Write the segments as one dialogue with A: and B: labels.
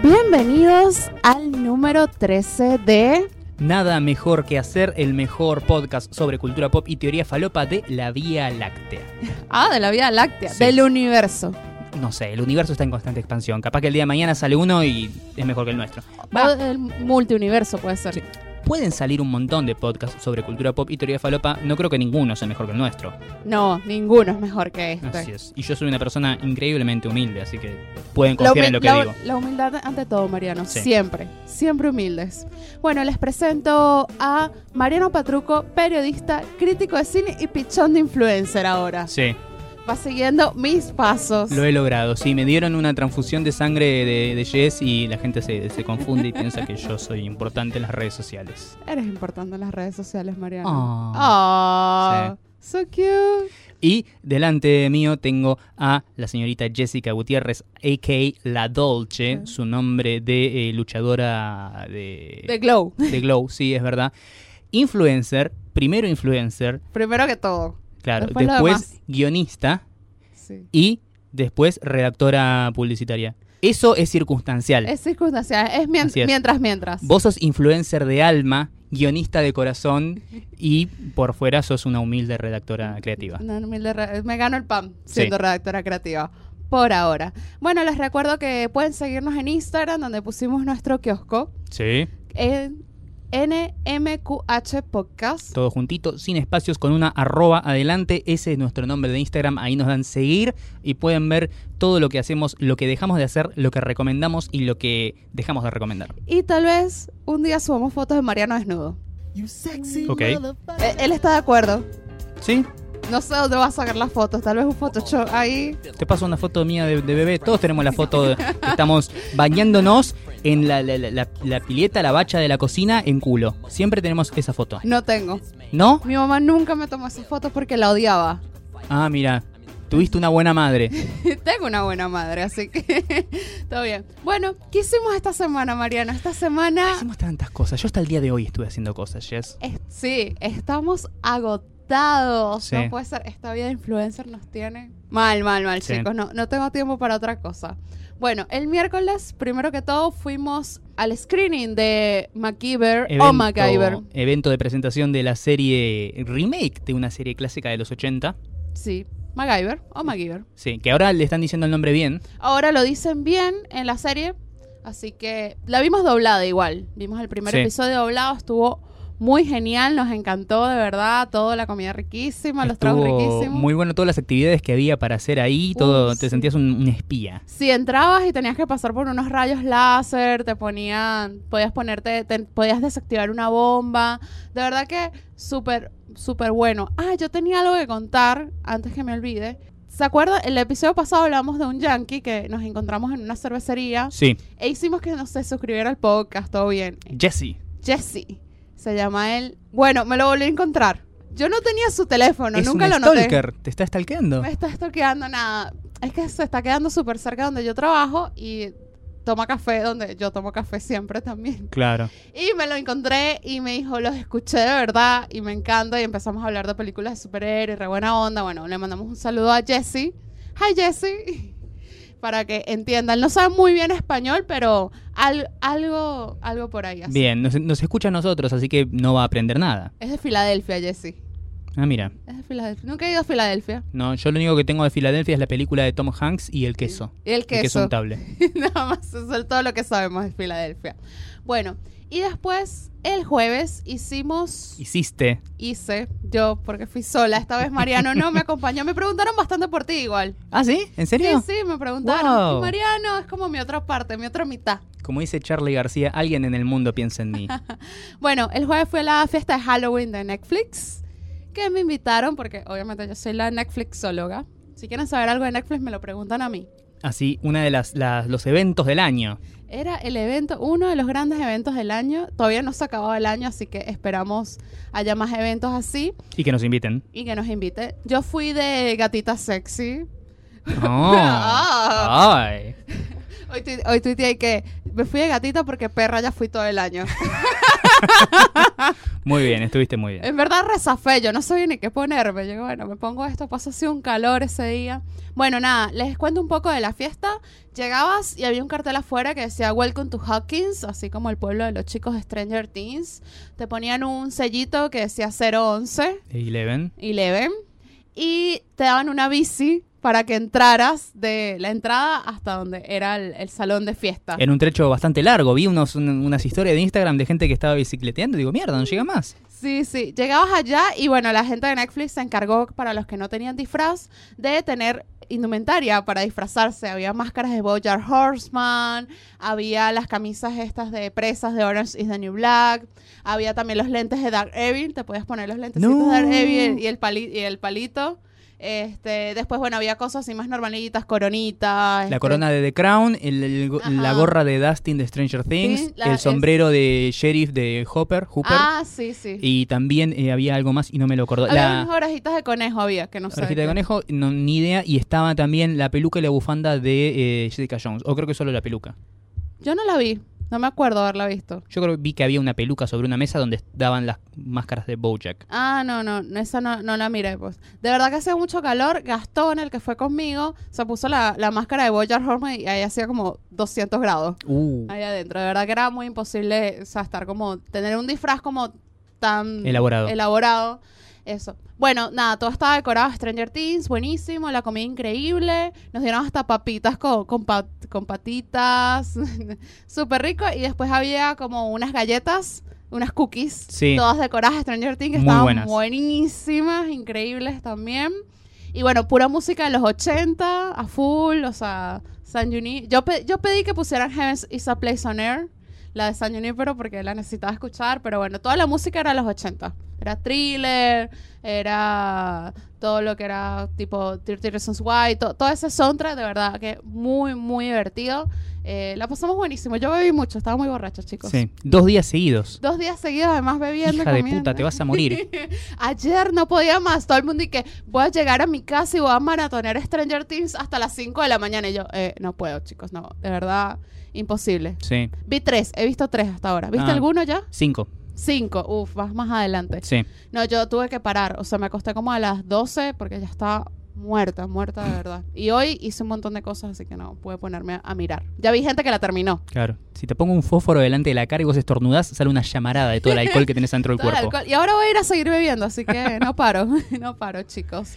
A: Bienvenidos al número 13 de
B: Nada mejor que hacer el mejor podcast sobre cultura pop y teoría falopa de la Vía Láctea.
A: Ah, de la Vía Láctea,
B: Sí.
A: del universo.
B: No sé, el universo está en constante expansión. Capaz que el día de mañana sale uno y es mejor que el nuestro.
A: O del multiuniverso puede ser.
B: Sí. Pueden salir un montón de podcasts sobre cultura pop y teoría falopa. No creo que ninguno sea mejor que el nuestro.
A: No, ninguno es mejor que este.
B: Así es. Y yo soy una persona increíblemente humilde, así que pueden
A: La,
B: confiar en
A: humi-
B: lo que
A: la-
B: digo.
A: la humildad ante todo, Mariano.
B: Sí.
A: Siempre, siempre humildes. Bueno, les presento a Mariano Patruco, periodista, crítico de cine y pichón de influencer ahora.
B: Sí,
A: Va siguiendo mis pasos.
B: lo he logrado. Sí, me dieron una transfusión de sangre de, de Jess y la gente se, se confunde y piensa que yo soy importante en las redes sociales.
A: Eres importante en las redes sociales, Mariano. Ah,
B: Ah.
A: so cute.
B: Y delante mío tengo a la señorita Jessica Gutiérrez, a.k.a. La Dolce, su nombre de eh, luchadora
A: De
B: de,
A: Glow,
B: de Glow, sí, es verdad. Influencer, primero influencer,
A: primero que todo.
B: claro,
A: Después
B: después,
A: lo demás.
B: guionista
A: Sí.
B: y después redactora publicitaria. Eso es circunstancial.
A: Es circunstancial, es, mien-
B: Así es.
A: mientras, mientras.
B: Vos sos influencer de alma, guionista de corazón y por fuera sos una humilde redactora creativa.
A: Una humilde re- me gano el pan
B: Sí.
A: siendo redactora creativa. Por ahora. Bueno, les recuerdo que pueden seguirnos en Instagram, donde pusimos nuestro kiosco.
B: Sí.
A: En NMQH Podcast.
B: todo juntito, sin espacios, con una arroba adelante. Ese es nuestro nombre de Instagram. Ahí nos dan seguir y pueden ver todo lo que hacemos, lo que dejamos de hacer, lo que recomendamos y lo que dejamos de recomendar.
A: Y tal vez un día subamos fotos de Mariano desnudo.
B: Ok.
A: Eh, él está de acuerdo.
B: ¿Sí?
A: No sé dónde va a sacar las fotos. Tal vez un Photoshop ahí.
B: Te paso una foto mía de, de bebé. Todos tenemos la foto de que estamos bañándonos en la, la, la- la- la pileta, la bacha de la cocina, en culo. Siempre tenemos esa foto.
A: No tengo.
B: ¿No?
A: Mi mamá nunca me tomó esas fotos porque la odiaba.
B: Ah, mira. Tuviste una buena madre.
A: Tengo una buena madre, así que todo bien. Bueno, ¿qué hicimos esta semana, Mariano? Esta semana,
B: Hicimos tantas cosas. Yo hasta el día de hoy estuve haciendo cosas, Jess.
A: es- sí, estamos agotados.
B: Sí.
A: No puede ser, esta vida de influencer nos tiene mal, mal, mal,
B: Sí.
A: chicos. No, no tengo tiempo para otra cosa. Bueno, el miércoles, primero que todo, fuimos al screening de MacGyver o MacGyver.
B: evento de presentación de la serie remake de una serie clásica de los 80.
A: Sí, MacGyver o MacGyver.
B: Sí, que ahora le están diciendo el nombre bien.
A: Ahora lo dicen bien en la serie, así que la vimos doblada igual. Vimos el primer
B: Sí.
A: episodio doblado, estuvo muy genial, nos encantó de verdad, toda la comida riquísima, los tragos
B: Estuvo
A: riquísimos.
B: muy bueno todas las actividades que había para hacer ahí,
A: Uh,
B: todo,
A: sí.
B: te sentías un, un espía.
A: Si entrabas y tenías que pasar por unos rayos láser, te ponían, podías ponerte, te- podías desactivar una bomba. De verdad que súper, súper bueno. Ah, yo tenía algo que contar antes que me olvide. ¿Se acuerdan? El episodio pasado hablamos de un yankee que nos encontramos en una cervecería.
B: Sí,
A: E hicimos que no se suscribiera al podcast, todo bien.
B: Jesse.
A: Jesse, se llama él. Bueno, me lo volví a encontrar. Yo no tenía su teléfono,
B: es
A: nunca
B: un
A: lo noté. Pues,
B: stalker, te está stalkeando.
A: Me está estoqueando nada. Es que se está quedando súper cerca donde yo trabajo y toma café, donde yo tomo café siempre también.
B: Claro.
A: Y me lo encontré y me dijo, los escuché de verdad y me encanta. Y empezamos a hablar de películas de superhéroes, re buena onda. Bueno, le mandamos un saludo a Jesse. Hi Jesse. Para que entiendan. No sabe muy bien español, pero al- algo, algo por ahí. así.
B: Bien, nos, nos escucha a nosotros, así que no va a aprender nada.
A: Es de Filadelfia, Jesse.
B: Ah, mira.
A: Es de Filadelfia. Nunca he ido a Filadelfia.
B: No, yo lo único que tengo de Filadelfia es la película de Tom Hanks y el queso.
A: Y el
B: El queso
A: queso.
B: untable.
A: Nada más, eso es todo lo que sabemos de Filadelfia. Bueno, y después, el jueves, hicimos...
B: Hiciste.
A: hice yo porque fui sola. Esta vez Mariano no me acompañó. Me preguntaron bastante por ti igual.
B: Ah, ¿sí? ¿En
A: Sí,
B: serio?
A: sí, me preguntaron.
B: Wow.
A: Mariano es como mi otra parte, mi otra mitad.
B: Como dice Charlie García, alguien en el mundo piensa en mí.
A: Bueno, el jueves fue la fiesta de Halloween de Netflix que me invitaron porque obviamente yo soy la Netflixóloga. Si quieren saber algo de Netflix me lo preguntan a mí.
B: Así, una de las, las- los eventos del año.
A: Era el evento, uno de los grandes eventos del año. Todavía no se ha acabado el año, así que esperamos haya más eventos así
B: Y que nos inviten.
A: y que nos invite. Yo fui de gatita sexy.
B: Oh.
A: Ah.
B: Ay.
A: Hoy, tu- hoy tuiteé que me fui de gatita porque perra ya fui todo el año.
B: Muy bien, estuviste muy bien.
A: En verdad rezafé, yo no sabía ni qué ponerme. Yo, bueno, me pongo esto, pasó así un calor ese día. Bueno, nada, les cuento un poco de la fiesta. Llegabas y había un cartel afuera que decía Welcome to Hawkins, así como el pueblo de los chicos de Stranger Things. Te ponían un sellito que decía 011,
B: Eleven.
A: 11, y te daban una bici para que entraras de la entrada hasta donde era el, el salón de fiesta.
B: En un trecho bastante largo. Vi unos- un- unas historias de Instagram de gente que estaba bicicleteando. Digo, mierda, no llega más.
A: Sí, sí. Llegabas allá y bueno, la gente de Netflix se encargó, para los que no tenían disfraz, de tener indumentaria para disfrazarse. Había máscaras de Boyard Horseman, había las camisas estas de presas de Orange is the New Black, había también los lentes de Dark Evil, te podías poner los lentecitos
B: No.
A: de Dark Evil y el, pali- y el palito. Este, después, bueno, había cosas así más normalitas, coronitas. este
B: La corona de The Crown, el- el go-
A: Ajá.
B: la gorra de Dustin de Stranger Things,
A: la-
B: el
A: es-
B: sombrero de sheriff de Hopper, Hooper.
A: Ah, sí, sí.
B: Y también eh, había algo más y no me lo acuerdo.
A: había
B: La
A: unas orejitas de conejo, había, que no sé.
B: tarjeta
A: qué.
B: de conejo, no, ni idea. Y estaba también la peluca y la bufanda de eh, Jessica Jones. O creo que solo la peluca.
A: Yo no la vi, no me acuerdo haberla visto.
B: Yo creo que vi que había una peluca sobre una mesa donde daban las máscaras de Bojack.
A: Ah, no, no, no, esa no, no la miré, pues. De verdad que hacía mucho calor. Gastón, el que fue conmigo, se puso la, la máscara de Boyard Horseman y ahí hacía como 200 grados
B: Uh,
A: ahí adentro. De verdad que era muy imposible, o sea, estar como, tener un disfraz como tan
B: Elaborado.
A: elaborado. Eso. Bueno, nada, todo estaba decorado de Stranger Things, buenísimo, la comida increíble. Nos dieron hasta papitas con, con, pa- con patitas, súper rico. Y después había como unas galletas, unas cookies,
B: Sí.
A: todas decoradas de Stranger Things, que
B: Muy
A: estaban
B: buenas.
A: buenísimas, increíbles también. Y bueno, pura música de los 80, a full, o sea, San Juni. Yo, pe- yo pedí que pusieran Heavens is a Place on Air, la de San Junipero, porque la necesitaba escuchar, pero bueno, toda la música era de los 80. Era thriller, era todo lo que era tipo 30 Reasons Why, to- todo ese soundtrack, de verdad que muy, muy divertido. Eh, la pasamos buenísimo. Yo bebí mucho, estaba muy borracho, chicos.
B: sí. Dos días seguidos.
A: Dos días seguidos, además bebiendo. y
B: Hija de
A: comiendo.
B: puta, te vas a morir.
A: Ayer no podía más. Todo el mundo y que voy a llegar a mi casa y voy a maratonear Stranger Things hasta las 5 de la mañana. Y yo, eh, no puedo, chicos, no. De verdad, imposible.
B: Sí.
A: Vi tres, he visto tres hasta ahora. ¿Viste
B: Ah.
A: alguno ya?
B: Cinco.
A: Cinco. Uf, vas más adelante.
B: Sí.
A: No, yo tuve que parar. O sea, me acosté como a las 12 porque ya estaba muerta, muerta de verdad. Y hoy hice un montón de cosas, así que no pude ponerme a, a mirar. Ya vi gente que la terminó.
B: Claro. Si te pongo un fósforo delante de la cara y vos estornudás, sale una llamarada de todo el alcohol que tenés dentro del
A: Todo el
B: cuerpo.
A: alcohol. Y ahora voy a ir a seguir bebiendo, así que no paro, no paro, chicos.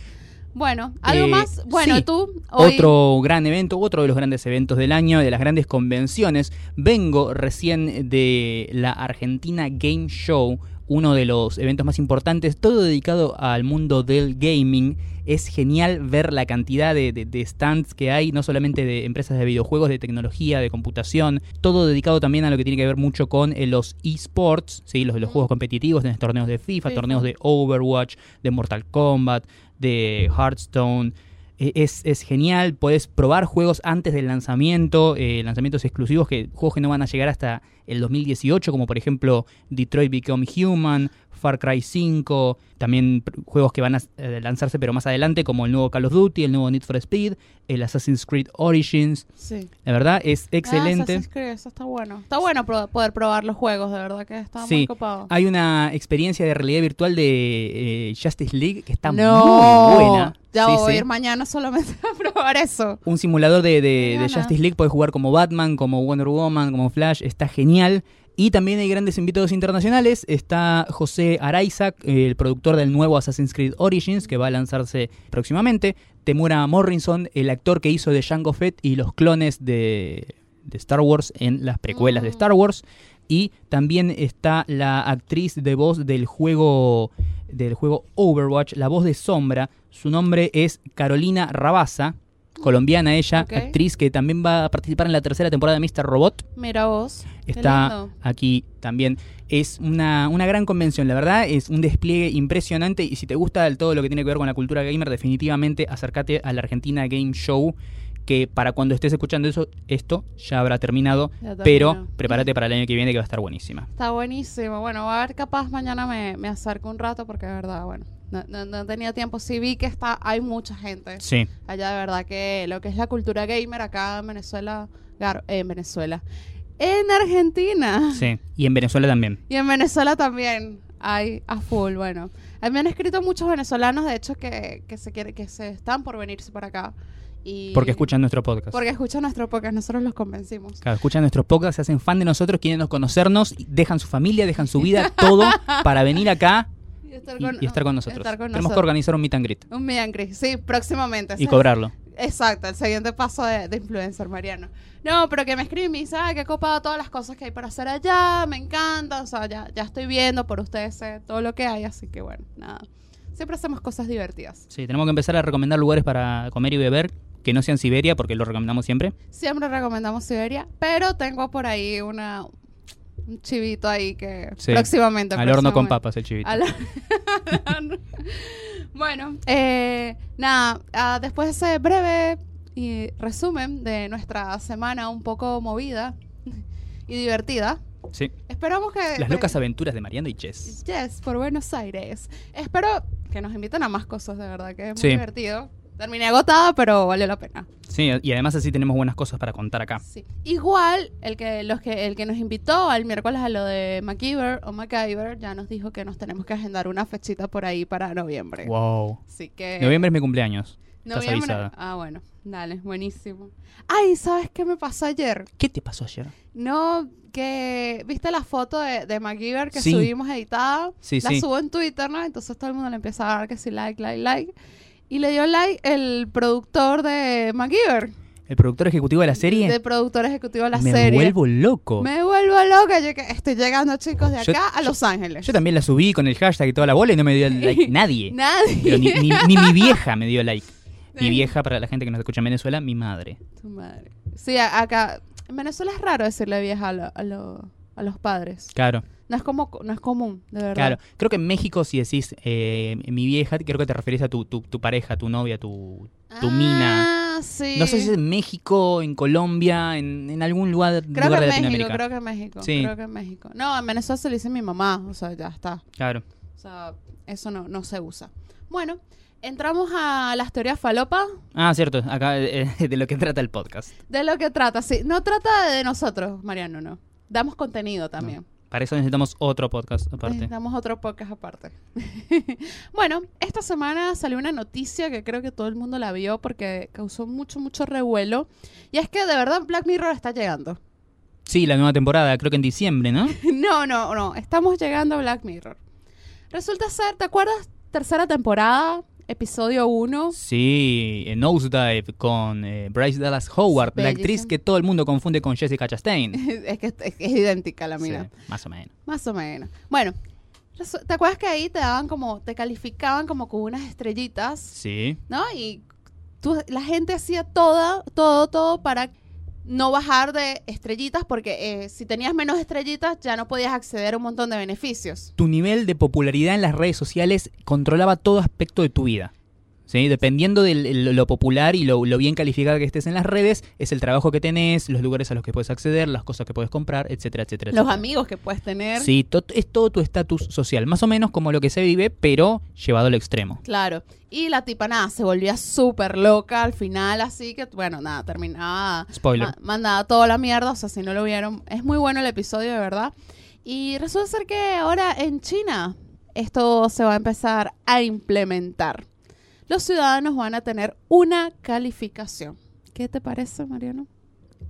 A: Bueno, ¿algo
B: Eh,
A: más? Bueno,
B: sí.
A: tú hoy...
B: Otro gran evento, otro de los grandes eventos del año, de las grandes convenciones. Vengo recién de la Argentina Game Show, uno de los eventos más importantes, todo dedicado al mundo del gaming. Es genial ver la cantidad de, de- de stands que hay, no solamente de empresas de videojuegos, de tecnología, de computación, todo dedicado también a lo que tiene que ver mucho con eh, los esports, ¿sí? los, los juegos competitivos, tenés torneos de FIFA,
A: Sí,
B: torneos
A: sí.
B: de Overwatch, de Mortal Kombat, de Hearthstone, eh, Es, es genial, podés probar juegos antes del lanzamiento, eh, lanzamientos exclusivos, que juegos que no van a llegar hasta el 2018, como por ejemplo Detroit Become Human, Far Cry 5, también pr- juegos que van a eh, lanzarse pero más adelante, como el nuevo Call of Duty, el nuevo Need for Speed, el Assassin's Creed Origins.
A: Sí.
B: La verdad es
A: Ah,
B: excelente.
A: Assassin's Creed, eso está bueno. Está bueno pro- poder probar los juegos, de verdad que está
B: Sí. Ah,
A: muy copado.
B: Hay una experiencia de realidad virtual de eh, Justice League que está
A: no,
B: muy buena.
A: ya
B: Sí,
A: voy
B: sí.
A: a ir mañana solamente a probar eso.
B: un simulador de, de- de
A: Mañana.
B: Justice League, puedes jugar como Batman, como Wonder Woman, como Flash, está genial. Y también hay grandes invitados internacionales. Está José Araiza, eh, el productor del nuevo Assassin's Creed Origins, que va a lanzarse próximamente. Temura Morrison, el actor que hizo de Jango Fett y los clones de, de Star Wars en las precuelas de
A: Mm.
B: Star Wars. Y también está la actriz de voz del juego del juego Overwatch, la voz de Sombra. Su nombre es Carolina Rabaza, colombiana ella,
A: Ok.
B: actriz que también va a participar en la tercera temporada de Mr. Robot.
A: Mira vos. qué
B: Está
A: lindo.
B: aquí también. Es una, una gran convención, la verdad, es un despliegue impresionante y si te gusta del todo lo que tiene que ver con la cultura gamer, definitivamente acércate a la Argentina Game Show, que para cuando estés escuchando eso, esto ya habrá terminado,
A: Ya
B: pero
A: terminó.
B: prepárate para el año que viene que va a estar buenísima.
A: Está buenísimo. Bueno, va a ver, capaz mañana me, me acerco un rato porque de verdad, bueno, no, no- no tenía tiempo. Sí vi que está, hay mucha gente.
B: Sí.
A: Allá de verdad que lo que es la cultura gamer acá en Venezuela, gar- eh, en Venezuela, en Argentina.
B: Sí. Y en Venezuela también.
A: Y en Venezuela también hay a full, bueno. A mí me han escrito muchos venezolanos, de hecho, que, que se quiere, que se están por venirse para acá. Y
B: Porque escuchan nuestro podcast.
A: Porque escuchan nuestro podcast, nosotros los convencimos.
B: Claro, escuchan nuestros podcasts, se hacen fan de nosotros, quieren nos conocernos, y dejan su familia, dejan su vida, todo para venir acá
A: Y estar
B: y, y estar con nosotros.
A: estar con
B: Tenemos que
A: nosotros.
B: organizar un meet and greet
A: Un meet and greet, sí, próximamente. ese
B: y
A: es-
B: cobrarlo.
A: Exacto, el siguiente paso de, de influencer, Mariano. No, pero que me escriben y me dicen, ah, que he copado todas las cosas que hay para hacer allá, me encanta, o sea, ya, ya estoy viendo por ustedes eh, todo lo que hay, así que bueno, nada. Siempre hacemos cosas divertidas.
B: Sí, tenemos que empezar a recomendar lugares para comer y beber que no sean Siberia, porque lo recomendamos siempre.
A: Siempre recomendamos Siberia, pero tengo por ahí una un chivito ahí que
B: Sí,
A: próximamente.
B: Al horno con
A: próximamente.
B: papas, el chivito.
A: Al- bueno, eh, nada, ah, después de ese breve y resumen de nuestra semana un poco movida y divertida,
B: Sí.
A: esperamos que...
B: Las locas aventuras de Mariano y Jess.
A: Yes, por Buenos Aires. Espero que nos inviten a más cosas, de verdad, que es muy
B: Sí.
A: divertido. Terminé agotada, pero valió la pena.
B: Sí, y además así tenemos buenas cosas para contar acá.
A: Sí. Igual, el que, los que, el que nos invitó al miércoles a lo de MacGyver o MacGyver ya nos dijo que nos tenemos que agendar una fechita por ahí para noviembre.
B: Wow.
A: Así que...
B: Noviembre es mi cumpleaños.
A: Noviembre.
B: avisada.
A: Ah, bueno, dale, buenísimo. Ay, ¿sabes qué me pasó ayer?
B: ¿Qué te pasó ayer?
A: No, que viste la foto de, de MacGyver que
B: Sí.
A: subimos editada.
B: Sí,
A: la
B: sí.
A: subo en Twitter, ¿no? Entonces todo el mundo le empieza a dar que sí, like, like, like. Y le dio like el productor de MacGyver.
B: ¿El productor ejecutivo de la serie?
A: De productor ejecutivo de la
B: Me
A: serie.
B: vuelvo loco.
A: Me vuelvo loca. Yo que estoy llegando, chicos, de
B: Yo-
A: acá a Los Ángeles.
B: Yo también la subí con el hashtag y toda la bola y no me dio el like nadie.
A: Nadie.
B: Pero ni, ni- ni mi vieja me dio like. Mi
A: Sí.
B: vieja, para la gente que nos escucha en Venezuela, mi madre.
A: Tu madre. Sí, a- acá. En Venezuela es raro decirle vieja a, lo- a lo- a los padres.
B: Claro,
A: No es como no es común, de
B: claro.
A: verdad.
B: Creo que en México si decís eh, mi vieja, creo que te referís a tu, tu, tu pareja, tu novia, tu... tu mina.
A: Ah, sí.
B: No sé si es en México, en Colombia, en, en algún lugar,
A: creo
B: lugar
A: que
B: de
A: en México,
B: Latinoamérica.
A: creo que en México,
B: Sí.
A: creo que en México. No, en Venezuela se le dice mi mamá, o sea, ya está.
B: Claro.
A: O sea, eso no, no se usa. Bueno, entramos a las teorías falopa.
B: Ah, cierto, acá eh, de lo que trata el podcast.
A: De lo que trata, sí. No trata de nosotros, Mariano, no. Damos contenido también.
B: Para eso necesitamos otro podcast aparte.
A: Necesitamos otro podcast aparte. bueno, esta semana salió una noticia que creo que todo el mundo la vio porque causó mucho, mucho revuelo. Y es que de verdad Black Mirror está llegando.
B: Sí, la nueva temporada, creo que en diciembre, ¿no?
A: no, no, no. Estamos llegando a Black Mirror. Resulta ser, ¿te acuerdas? Tercera temporada, episodio 1.
B: Sí, en Nosedive con eh, Bryce Dallas Howard, la
A: Bellísimo.
B: actriz que todo el mundo confunde con Jessica Chastain.
A: es que es, es idéntica la mina.
B: Sí, más o menos.
A: Más o menos. Bueno, resu- ¿te acuerdas que ahí te daban como, te calificaban como con unas estrellitas?
B: Sí,
A: ¿no? Y tú- la gente hacía todo, todo, todo para no bajar de estrellitas, porque eh, si tenías menos estrellitas ya no podías acceder a un montón de beneficios.
B: tu nivel de popularidad en las redes sociales controlaba todo aspecto de tu vida. ¿Sí? Dependiendo de lo popular y lo, lo bien calificada que estés en las redes, es el trabajo que tenés, los lugares a los que puedes acceder, las cosas que puedes comprar, etcétera, etcétera.
A: Los
B: etcétera.
A: amigos que puedes tener.
B: Sí, to- es todo tu estatus social, más o menos como lo que se vive, pero llevado al extremo.
A: Claro. Y la tipa nada, se volvía súper loca al final, así que, bueno, nada, terminaba
B: Spoiler.
A: ma- mandada toda la mierda, o sea, si no lo vieron, es muy bueno el episodio, de verdad. Y resulta ser que ahora en China esto se va a empezar a implementar. Los ciudadanos van a tener una calificación. ¿Qué te parece, Mariano?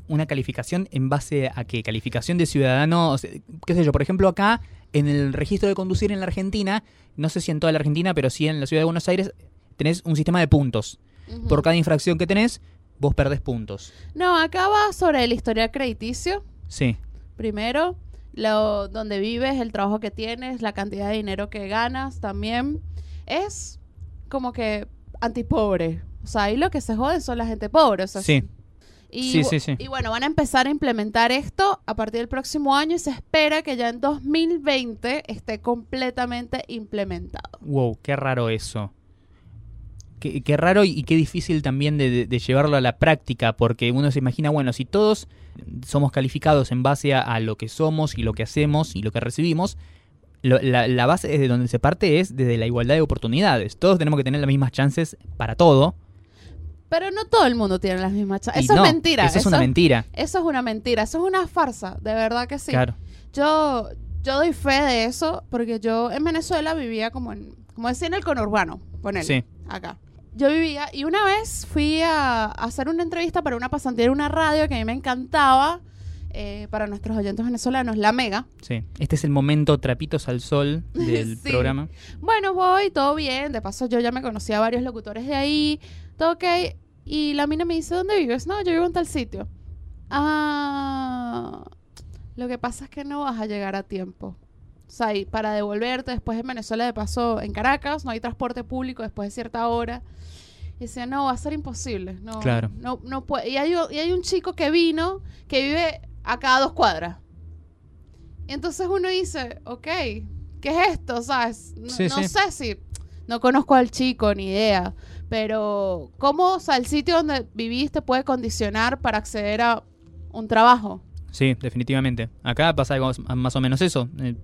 B: una calificación en base a qué? Calificación de ciudadanos, eh, qué sé yo, por ejemplo acá en el registro de conducir en la Argentina, no sé si en toda la Argentina, pero sí en la ciudad de Buenos Aires, tenés un sistema de puntos.
A: Mm.
B: Por cada infracción que tenés, vos perdés puntos.
A: No, acá va sobre el historial crediticio.
B: Sí,
A: Primero, lo, donde vives, el trabajo que tienes, la cantidad de dinero que ganas también. Es como que antipobre. O sea, ahí lo que se joden son la gente pobre. O sea,
B: sí.
A: Y,
B: Sí,
A: bu-
B: sí, sí.
A: y bueno, van a empezar a implementar esto a partir del próximo año y se espera que ya en 2020 esté completamente implementado.
B: Wow, qué raro eso. Qué, qué raro y qué difícil también de, de- de llevarlo a la práctica, porque uno se imagina, bueno, si todos somos calificados en base a, a lo que somos y lo que hacemos y lo que recibimos, lo- la, la base desde donde se parte es desde la igualdad de oportunidades. Todos tenemos que tener las mismas chances para todo.
A: Pero no todo el mundo tiene las mismas chats.
B: Y
A: Eso
B: no,
A: es mentira.
B: Eso es una mentira.
A: eso es una mentira. Eso es una farsa. De verdad que sí.
B: Claro.
A: Yo, yo doy fe de eso porque yo en Venezuela vivía como en, como decía, en el conurbano, ponele,
B: Sí.
A: acá. Yo vivía y una vez fui a, a hacer una entrevista para una pasantía en una radio que a mí me encantaba eh, para nuestros oyentes venezolanos, La Mega.
B: Sí. Este es el momento trapitos al sol del
A: Sí.
B: programa.
A: Bueno, voy, todo bien. De paso, yo ya me conocía a varios locutores de ahí. Todo ok. Y la mina me dice, ¿dónde vives? No, yo vivo en tal sitio. Ah, lo que pasa es que no vas a llegar a tiempo. O sea, y para devolverte después en Venezuela, de paso, en Caracas, no hay transporte público después de cierta hora. Y decía, no, va a ser imposible. No,
B: Claro.
A: No, no puede. Y hay, o- y hay un chico que vino, que vive a cada dos cuadras. Y entonces uno dice, ok, ¿qué es esto? ¿Sabes? No,
B: Sí,
A: no
B: sí.
A: sé si. No conozco al chico, ni idea. Pero, ¿cómo o sea, el sitio donde viviste puede condicionar para acceder a un trabajo?
B: Sí, definitivamente. Acá pasa algo más- más o menos eso. eh,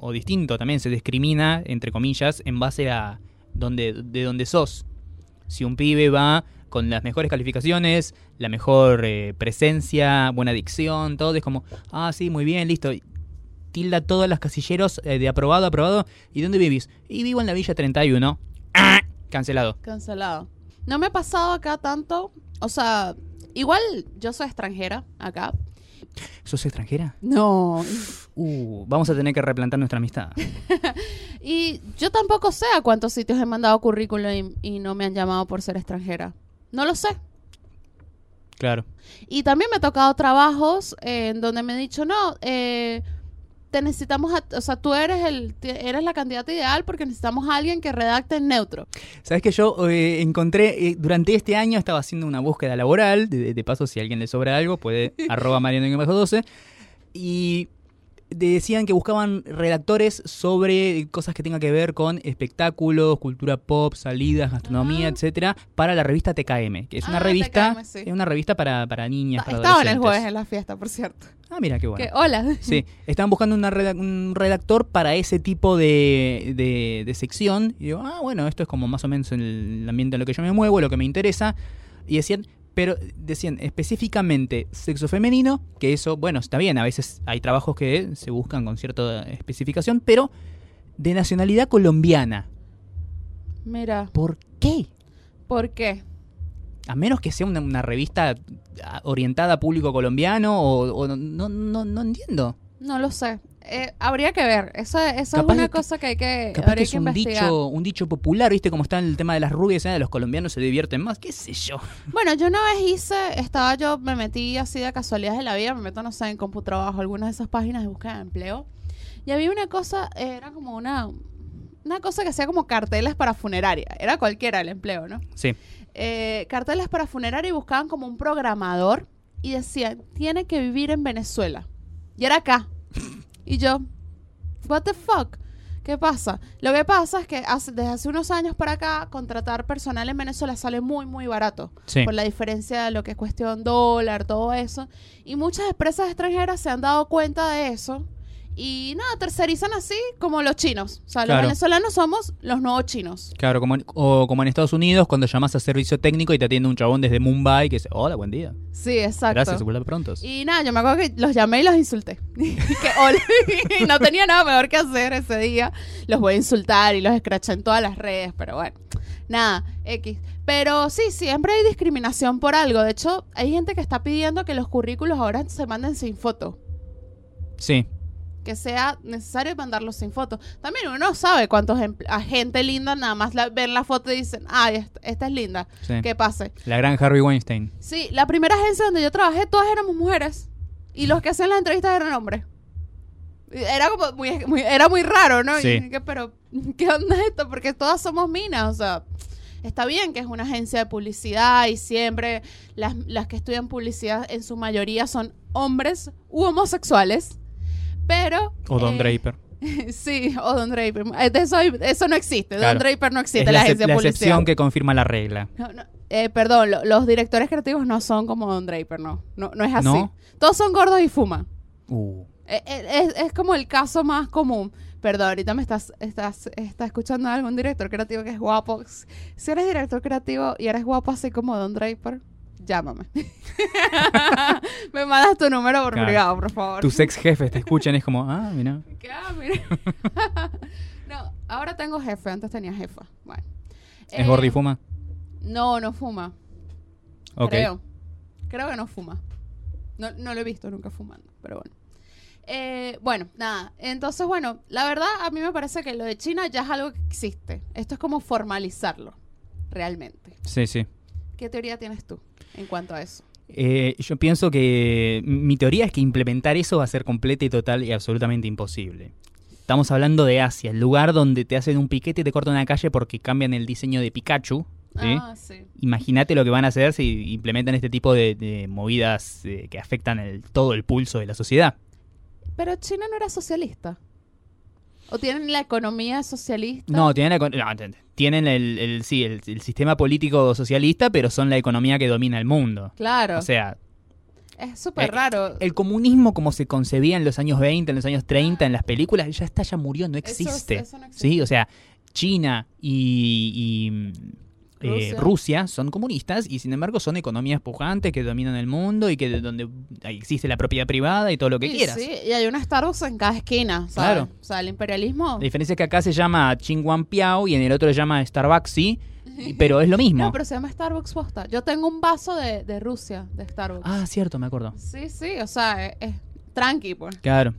B: o distinto también. Se discrimina, entre comillas, en base a donde, de dónde sos. Si un pibe va con las mejores calificaciones, la mejor eh, presencia, buena dicción, todo es como, ah, sí, muy bien, listo. Y Tilda todas las casilleros eh, de aprobado, aprobado. ¿Y dónde vivís? Y vivo en la Villa 31. ¡Ah! Cancelado.
A: Cancelado. No me ha pasado acá tanto. O sea, igual yo soy extranjera acá.
B: ¿Sos extranjera?
A: No.
B: Uh, vamos a tener que replantar nuestra amistad.
A: Y yo tampoco sé a cuántos sitios he mandado currículum y, y no me han llamado por ser extranjera. No lo sé.
B: Claro.
A: Y también me ha tocado trabajos eh, en donde me han dicho, no, eh, te necesitamos, a- o sea, tú eres, el, te- eres la candidata ideal porque necesitamos a alguien que redacte en neutro.
B: Sabes que yo eh, encontré, eh, durante este año estaba haciendo una búsqueda laboral, de, de paso si a alguien le sobra algo puede arroba mariano 12, y decían que buscaban redactores sobre cosas que tengan que ver con espectáculos, cultura pop, salidas, gastronomía,
A: Ah.
B: etcétera, para la revista TKM, que es una
A: Ah,
B: revista,
A: TKM, sí.
B: es una revista para, para niñas, para
A: Ah, Estaba en el jueves
B: adolescentes.
A: en la fiesta, por cierto.
B: Ah, mira qué bueno.
A: Que, hola.
B: Sí, estaban buscando una reda- un redactor para ese tipo de, de- de sección. Y digo, ah, bueno, esto es como más o menos el ambiente en lo que yo me muevo, lo que me interesa. Y decían, pero decían específicamente sexo femenino, que eso, bueno, está bien, a veces hay trabajos que se buscan con cierta especificación, pero de nacionalidad colombiana.
A: Mira,
B: ¿Por qué?
A: ¿por qué?
B: A menos que sea una, una revista ah, orientada a público colombiano o, o no, no, no, no entiendo.
A: No lo sé. Eh, habría que ver. Eso, eso es
B: Capaz
A: una
B: que-
A: cosa que hay que,
B: Capaz
A: habría
B: que es
A: Eh, que
B: un
A: investigar.
B: dicho, un dicho popular, ¿viste? Como está en el tema de las rubias, ¿eh? los colombianos se divierten más, qué sé yo.
A: Bueno, yo una vez hice, estaba yo, me metí así de casualidades de la vida, me meto, no sé, en CompuTrabajo, algunas de esas páginas de búsqueda de empleo. Y había una cosa, eh, era como una, una cosa que hacía como carteles para funeraria. Era cualquiera el empleo, ¿no?
B: Sí,
A: Eh, carteles para funeraria y buscaban como un programador y decían, tiene que vivir en Venezuela. Y era acá. Y yo, what the fuck? ¿Qué pasa? Lo que pasa es que hace- desde hace unos años para acá contratar personal en Venezuela sale muy, muy barato
B: sí.
A: por la diferencia de lo que es cuestión dólar, todo eso. Y muchas empresas extranjeras se han dado cuenta de eso. Y nada, tercerizan así como los chinos. O sea, los
B: Claro.
A: venezolanos somos los nuevos chinos.
B: Claro, como en, o como en Estados Unidos, cuando llamas a servicio técnico y te atiende un chabón desde Mumbai que dice, hola, buen día.
A: Sí, exacto.
B: Gracias, vuelva prontos.
A: Y nada, yo me acuerdo que los llamé y los insulté. Y que hola. Y no tenía nada mejor que hacer ese día. Los voy a insultar y los escraché en todas las redes, pero bueno. Nada, X. Pero sí, siempre hay discriminación por algo. De hecho, hay gente que está pidiendo que los currículos ahora se manden sin foto.
B: Sí,
A: Que sea necesario mandarlos sin foto. También uno sabe cuántos empl- a gente linda nada más la- ven la foto y dicen, ay, esta, esta es linda,
B: sí.
A: que pase.
B: La gran Harry Weinstein.
A: Sí, la primera agencia donde yo trabajé, todas éramos mujeres. Y los que hacían las entrevistas eran hombres. Era como muy, muy- era muy raro, ¿no? Y
B: Sí.
A: dije, pero, ¿qué onda esto? Porque todas somos minas, o sea. Está bien que es una agencia de publicidad y siempre las, las que estudian publicidad en su mayoría son hombres u homosexuales, pero...
B: O Don
A: eh,
B: Draper.
A: Sí, o Don Draper. Eh, de Eso, hay- eso no existe,
B: Claro.
A: Don Draper no existe,
B: Es
A: la,
B: la,
A: agencia
B: excep- la
A: de publicidad.
B: excepción que confirma la regla.
A: No, no, eh, perdón, lo- los directores creativos no son como Don Draper, no. No, no es así.
B: ¿No?
A: Todos son gordos y fuman.
B: Uh,
A: Eh, eh, es, es como el caso más común. Perdón, ahorita me estás, estás, está escuchando a algún director creativo que es guapo. Si eres director creativo y eres guapo así como Don Draper, llámame. me mandas tu número por
B: Claro.
A: privado, por favor.
B: Tus ex jefes te escuchan, es como, ah, mira.
A: ¿Qué? Ah, mira. no, ahora tengo jefe, antes tenía jefa. Bueno.
B: Es
A: Eh,
B: gordi y fuma.
A: No, no fuma.
B: Ok.
A: Creo. Creo que no fuma. No, no lo he visto nunca fumando, pero bueno. Eh, bueno, nada. Entonces, bueno, la verdad a mí me parece que lo de China ya es algo que existe. Esto es como formalizarlo, realmente.
B: Sí, sí.
A: ¿Qué teoría tienes tú en cuanto a eso?
B: Eh, yo pienso que mi teoría es que implementar eso va a ser completa y total y absolutamente imposible. Estamos hablando de Asia, el lugar donde te hacen un piquete y te cortan la calle porque cambian el diseño de Pikachu. ¿sí?
A: Ah, sí.
B: Imagínate lo que van a hacer si implementan este tipo de, de movidas eh, que afectan el- todo el pulso de la sociedad.
A: Pero China no era socialista. ¿O tienen la economía socialista?
B: No, tienen, la econ- no, ent- tienen el, el- sí, el, el sistema político socialista, pero son la economía que domina el mundo.
A: Claro.
B: O sea,
A: es súper
B: eh,
A: raro.
B: el comunismo como se concebía en los años 20, en los años 30, en las películas, ya está, ya murió, no
A: Eso es-
B: existe.
A: eso no existe.
B: Sí, o sea, China y, y, mm, eh,
A: Rusia.
B: Rusia. son comunistas y sin embargo son economías pujantes que dominan el mundo y que de- donde ahí existe la propiedad privada y todo lo que
A: Y
B: quieras.
A: Sí, y hay una Starbucks en cada esquina. ¿sabes?
B: Claro.
A: O sea, el imperialismo.
B: La diferencia es que acá se llama Chingwan Piao y en el otro se llama Starbucks, sí, y- pero es lo mismo.
A: No, pero se llama Starbucks posta. Yo tengo un vaso de, de Rusia, de Starbucks.
B: Ah, cierto, me acuerdo.
A: Sí, sí, o sea, es, es tranqui, pues.
B: Claro.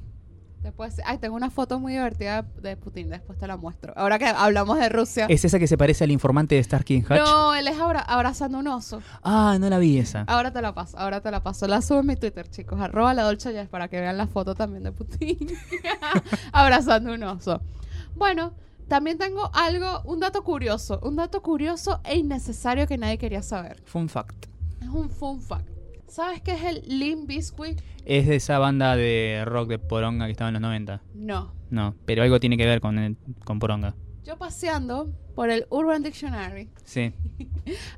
A: Después, ay, tengo una foto muy divertida de Putin, después te la muestro. Ahora que hablamos de Rusia.
B: ¿Es esa que se parece al informante de Starkey Hutch?
A: No, él es abra- abrazando un oso.
B: Ah, no la vi esa.
A: Ahora te la paso, ahora te la paso. La subo en mi Twitter, chicos. Arroba la Dolce Jazz para que vean la foto también de Putin. Abrazando un oso. Bueno, también tengo algo, un dato curioso. Un dato curioso e innecesario que nadie quería saber.
B: Fun fact.
A: Es un fun fact. ¿Sabes qué es el Lean Biscuit?
B: Es de esa banda de rock de Poronga que estaba en los 90.
A: No.
B: No, pero algo tiene que ver con, el- con Poronga.
A: Yo paseando por el Urban Dictionary
B: Sí.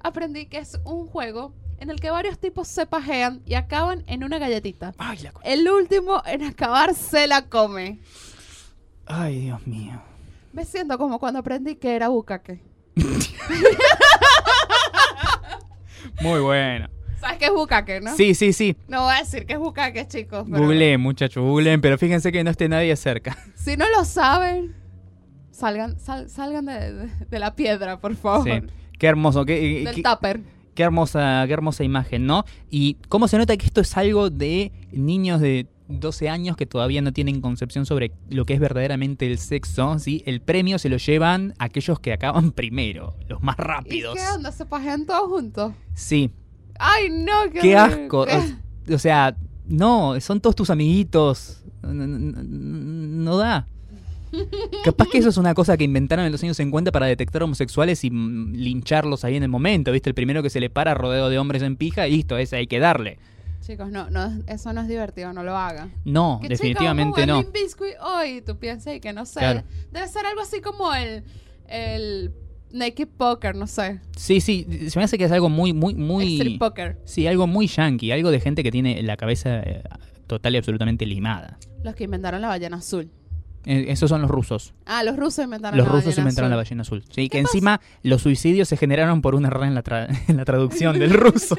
A: aprendí que es un juego en el que varios tipos se pajean y acaban en una galletita.
B: Ay, la cu-
A: El último en acabar se la come.
B: Ay, Dios mío.
A: Me siento como cuando aprendí que era bucaque.
B: Muy bueno.
A: ¿Sabes qué es bucaque, no?
B: Sí, sí, sí.
A: No voy a decir que es bucaque, chicos. pero-
B: Googleen, muchachos, googleen, pero fíjense que no esté nadie cerca.
A: Si no lo saben, salgan, sal- salgan de, de- de la piedra, por favor.
B: Sí. Qué hermoso, qué,
A: Oh. Del
B: qué-
A: tupper.
B: qué hermosa, qué hermosa imagen, ¿no? Y cómo se nota que esto es algo de niños de 12 años que todavía no tienen concepción sobre lo que es verdaderamente el sexo, ¿sí? El premio se lo llevan aquellos que acaban primero, los más
A: ¿Y
B: rápidos.
A: qué onda? ¿Se pajean todos juntos?
B: Sí,
A: Ay, no, qué,
B: qué
A: horrible.
B: asco. O- O sea, no, son todos tus amiguitos. No, no- no- no da. Capaz que eso es una cosa que inventaron en los años 50 para detectar homosexuales y mm, lincharlos ahí en el momento, ¿viste? El primero que se le para rodeo de hombres en pija, listo, ese hay que darle.
A: Chicos, no, no, eso no es divertido, no lo hagan.
B: No,
A: Que,
B: definitivamente
A: chica, vamos a
B: no.
A: ver Limp Bizkit hoy, tú piensas y que no sé.
B: Claro.
A: Debe ser algo así como el, el Naked Poker, no sé.
B: Sí, sí, se me hace que es algo muy, muy,
A: Street
B: muy...
A: Poker.
B: Sí, algo muy yankee, algo de gente que tiene la cabeza eh, total y absolutamente limada.
A: Los que inventaron la ballena azul.
B: Eh, esos son los rusos.
A: Ah, los rusos inventaron
B: Los
A: la
B: rusos
A: ballena
B: inventaron la
A: azul.
B: ballena azul. Sí, que encima los suicidios se generaron por un error en la, tra- en la traducción del ruso.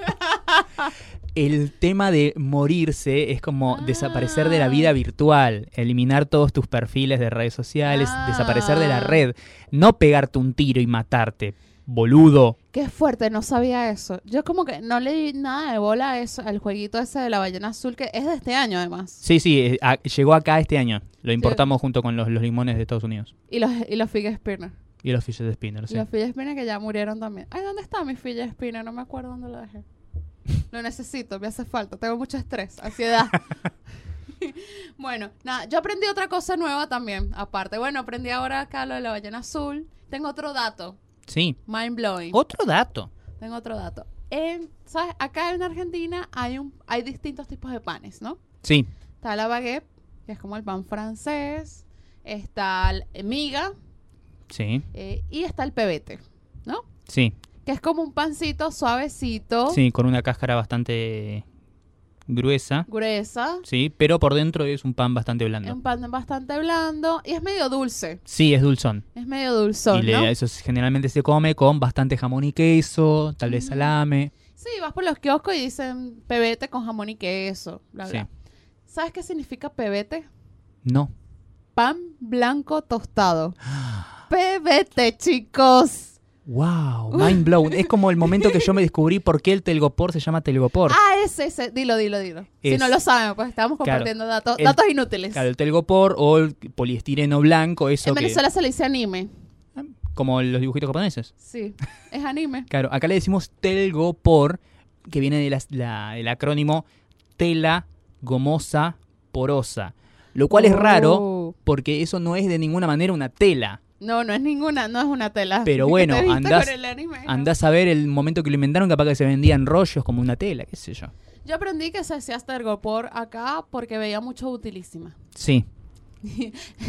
B: El tema de morirse es como
A: Ah.
B: desaparecer de la vida virtual, eliminar todos tus perfiles de redes sociales, desaparecer de la
A: Ah.
B: red, no pegarte un tiro y matarte, boludo.
A: Qué fuerte, no sabía eso. Yo como que no le di nada de bola a eso, al jueguito ese de la ballena azul, que es de este año además.
B: Sí, sí, eh, a- llegó acá este año. Lo importamos junto con los, los limones de Estados Unidos
A: Y los, y los Fidget Spinner.
B: y los fishes de spinner.
A: Y
B: sí.
A: Los Fidget Spinner que ya murieron también. Ay, ¿dónde está mi Fidget Spinner? No me acuerdo dónde lo dejé. Lo necesito, me hace falta. Tengo mucho estrés, ansiedad. bueno, nada, yo aprendí otra cosa nueva también, aparte. Bueno, aprendí ahora acá lo de la ballena azul. Tengo otro dato,
B: Sí.
A: mind blowing.
B: Otro dato.
A: Tengo otro dato. En- ¿Sabes? Acá en Argentina hay, un, hay distintos tipos de panes, ¿no?
B: Sí,
A: Está la baguette, que es como el pan francés. Está el eh, miga
B: sí,
A: eh, y está el pebete, ¿no?
B: sí.
A: que es como un pancito suavecito.
B: Sí, con una cáscara bastante gruesa,
A: gruesa.
B: sí, pero por dentro es un pan bastante
A: Es
B: blando.
A: un pan bastante blando y es medio dulce.
B: Sí, es dulzón.
A: Es medio dulzón,
B: y le-
A: ¿no?
B: eso es- generalmente se come con bastante jamón y queso, tal vez
A: Mm.
B: salame.
A: Sí, vas por los kioscos y dicen pebete con jamón y queso, bla,
B: Sí.
A: bla. ¿Sabes qué significa pebete?
B: No.
A: Pan blanco tostado. Pebete, chicos.
B: Wow, mind blown. es como el momento que yo me descubrí por qué el telgopor se llama telgopor.
A: Ah, ese, ese. Dilo, dilo, dilo. Si
B: Es-
A: no lo saben, pues estamos
B: Claro.
A: compartiendo datos,
B: El-
A: datos inútiles.
B: Claro, el telgopor o el poliestireno blanco, eso
A: en
B: que
A: Venezuela se le dice anime.
B: como los dibujitos japoneses.
A: Sí, es anime.
B: Claro, acá le decimos telgopor, que viene del el acrónimo tela gomosa porosa, lo cual es raro
A: Oh.
B: porque eso no es de ninguna manera una tela.
A: No, no es ninguna, no es una tela.
B: Pero
A: ¿Qué
B: bueno,
A: te viste
B: andás-
A: con el anime? No.
B: Andás a ver el momento que lo inventaron, capaz que se vendían rollos como una tela, qué sé yo.
A: Yo aprendí que se hacía Tergopor acá porque veía mucho utilísima.
B: Sí.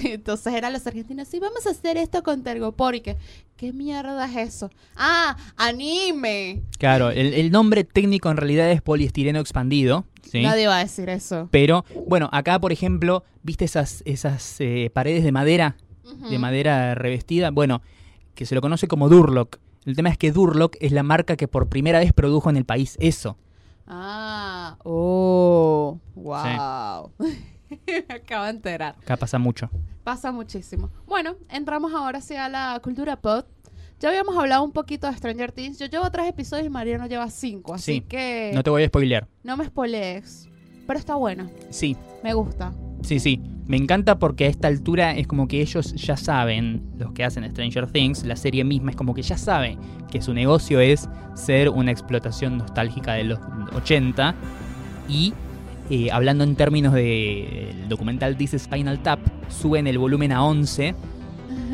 A: Entonces eran los argentinos, sí, vamos a hacer esto con Tergopor y que, ¿qué mierda es eso? Ah, anime.
B: Claro, el, el nombre técnico en realidad es poliestireno expandido, ¿sí?
A: Nadie va a decir eso.
B: Pero, bueno, acá, por ejemplo, ¿viste esas, esas eh, paredes de madera, de
A: Ujú.
B: madera revestida? Bueno, que se lo conoce como Durlock. El tema es que Durlock es la marca que por primera vez produjo en el país eso.
A: Ah, oh, wow. Me acabo de enterar.
B: Acá pasa mucho.
A: Pasa muchísimo. Bueno, entramos ahora sí a la cultura pop. Ya habíamos hablado un poquito de Stranger Things. Yo llevo tres episodios y Mariano lleva cinco, así
B: Sí.
A: que
B: No te voy a spoilear.
A: no me spoilees. Pero está buena,
B: Sí,
A: me gusta.
B: sí, sí. Me encanta porque a esta altura es como que ellos ya saben, los que hacen Stranger Things, la serie misma es como que ya sabe que su negocio es ser una explotación nostálgica de los 80 y eh, hablando en términos de- del documental This Spinal Tap, suben el volumen a 11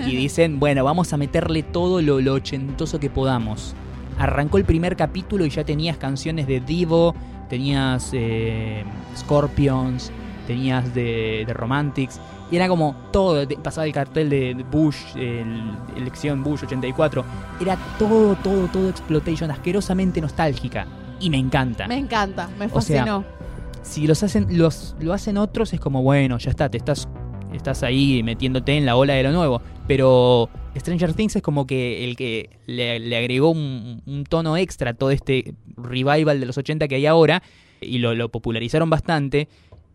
B: y dicen, bueno, vamos a meterle todo lo, lo ochentoso que podamos. Arrancó el primer capítulo y ya tenías canciones de Divo, tenías eh, Scorpions, tenías de, de Romantics, y era como todo, te- pasaba el cartel de Bush, el- elección Bush 84, era todo, todo, todo exploitation, asquerosamente nostálgica, y me encanta
A: Me encanta, me
B: Ah. O sea,
A: fascinó.
B: si los hacen, los, lo hacen otros, es como, bueno, ya está, te estás, estás ahí metiéndote en la ola de lo nuevo. Pero Stranger Things es como que el que le, le agregó un, un tono extra a todo este revival de los 80 que hay ahora y lo, lo popularizaron bastante.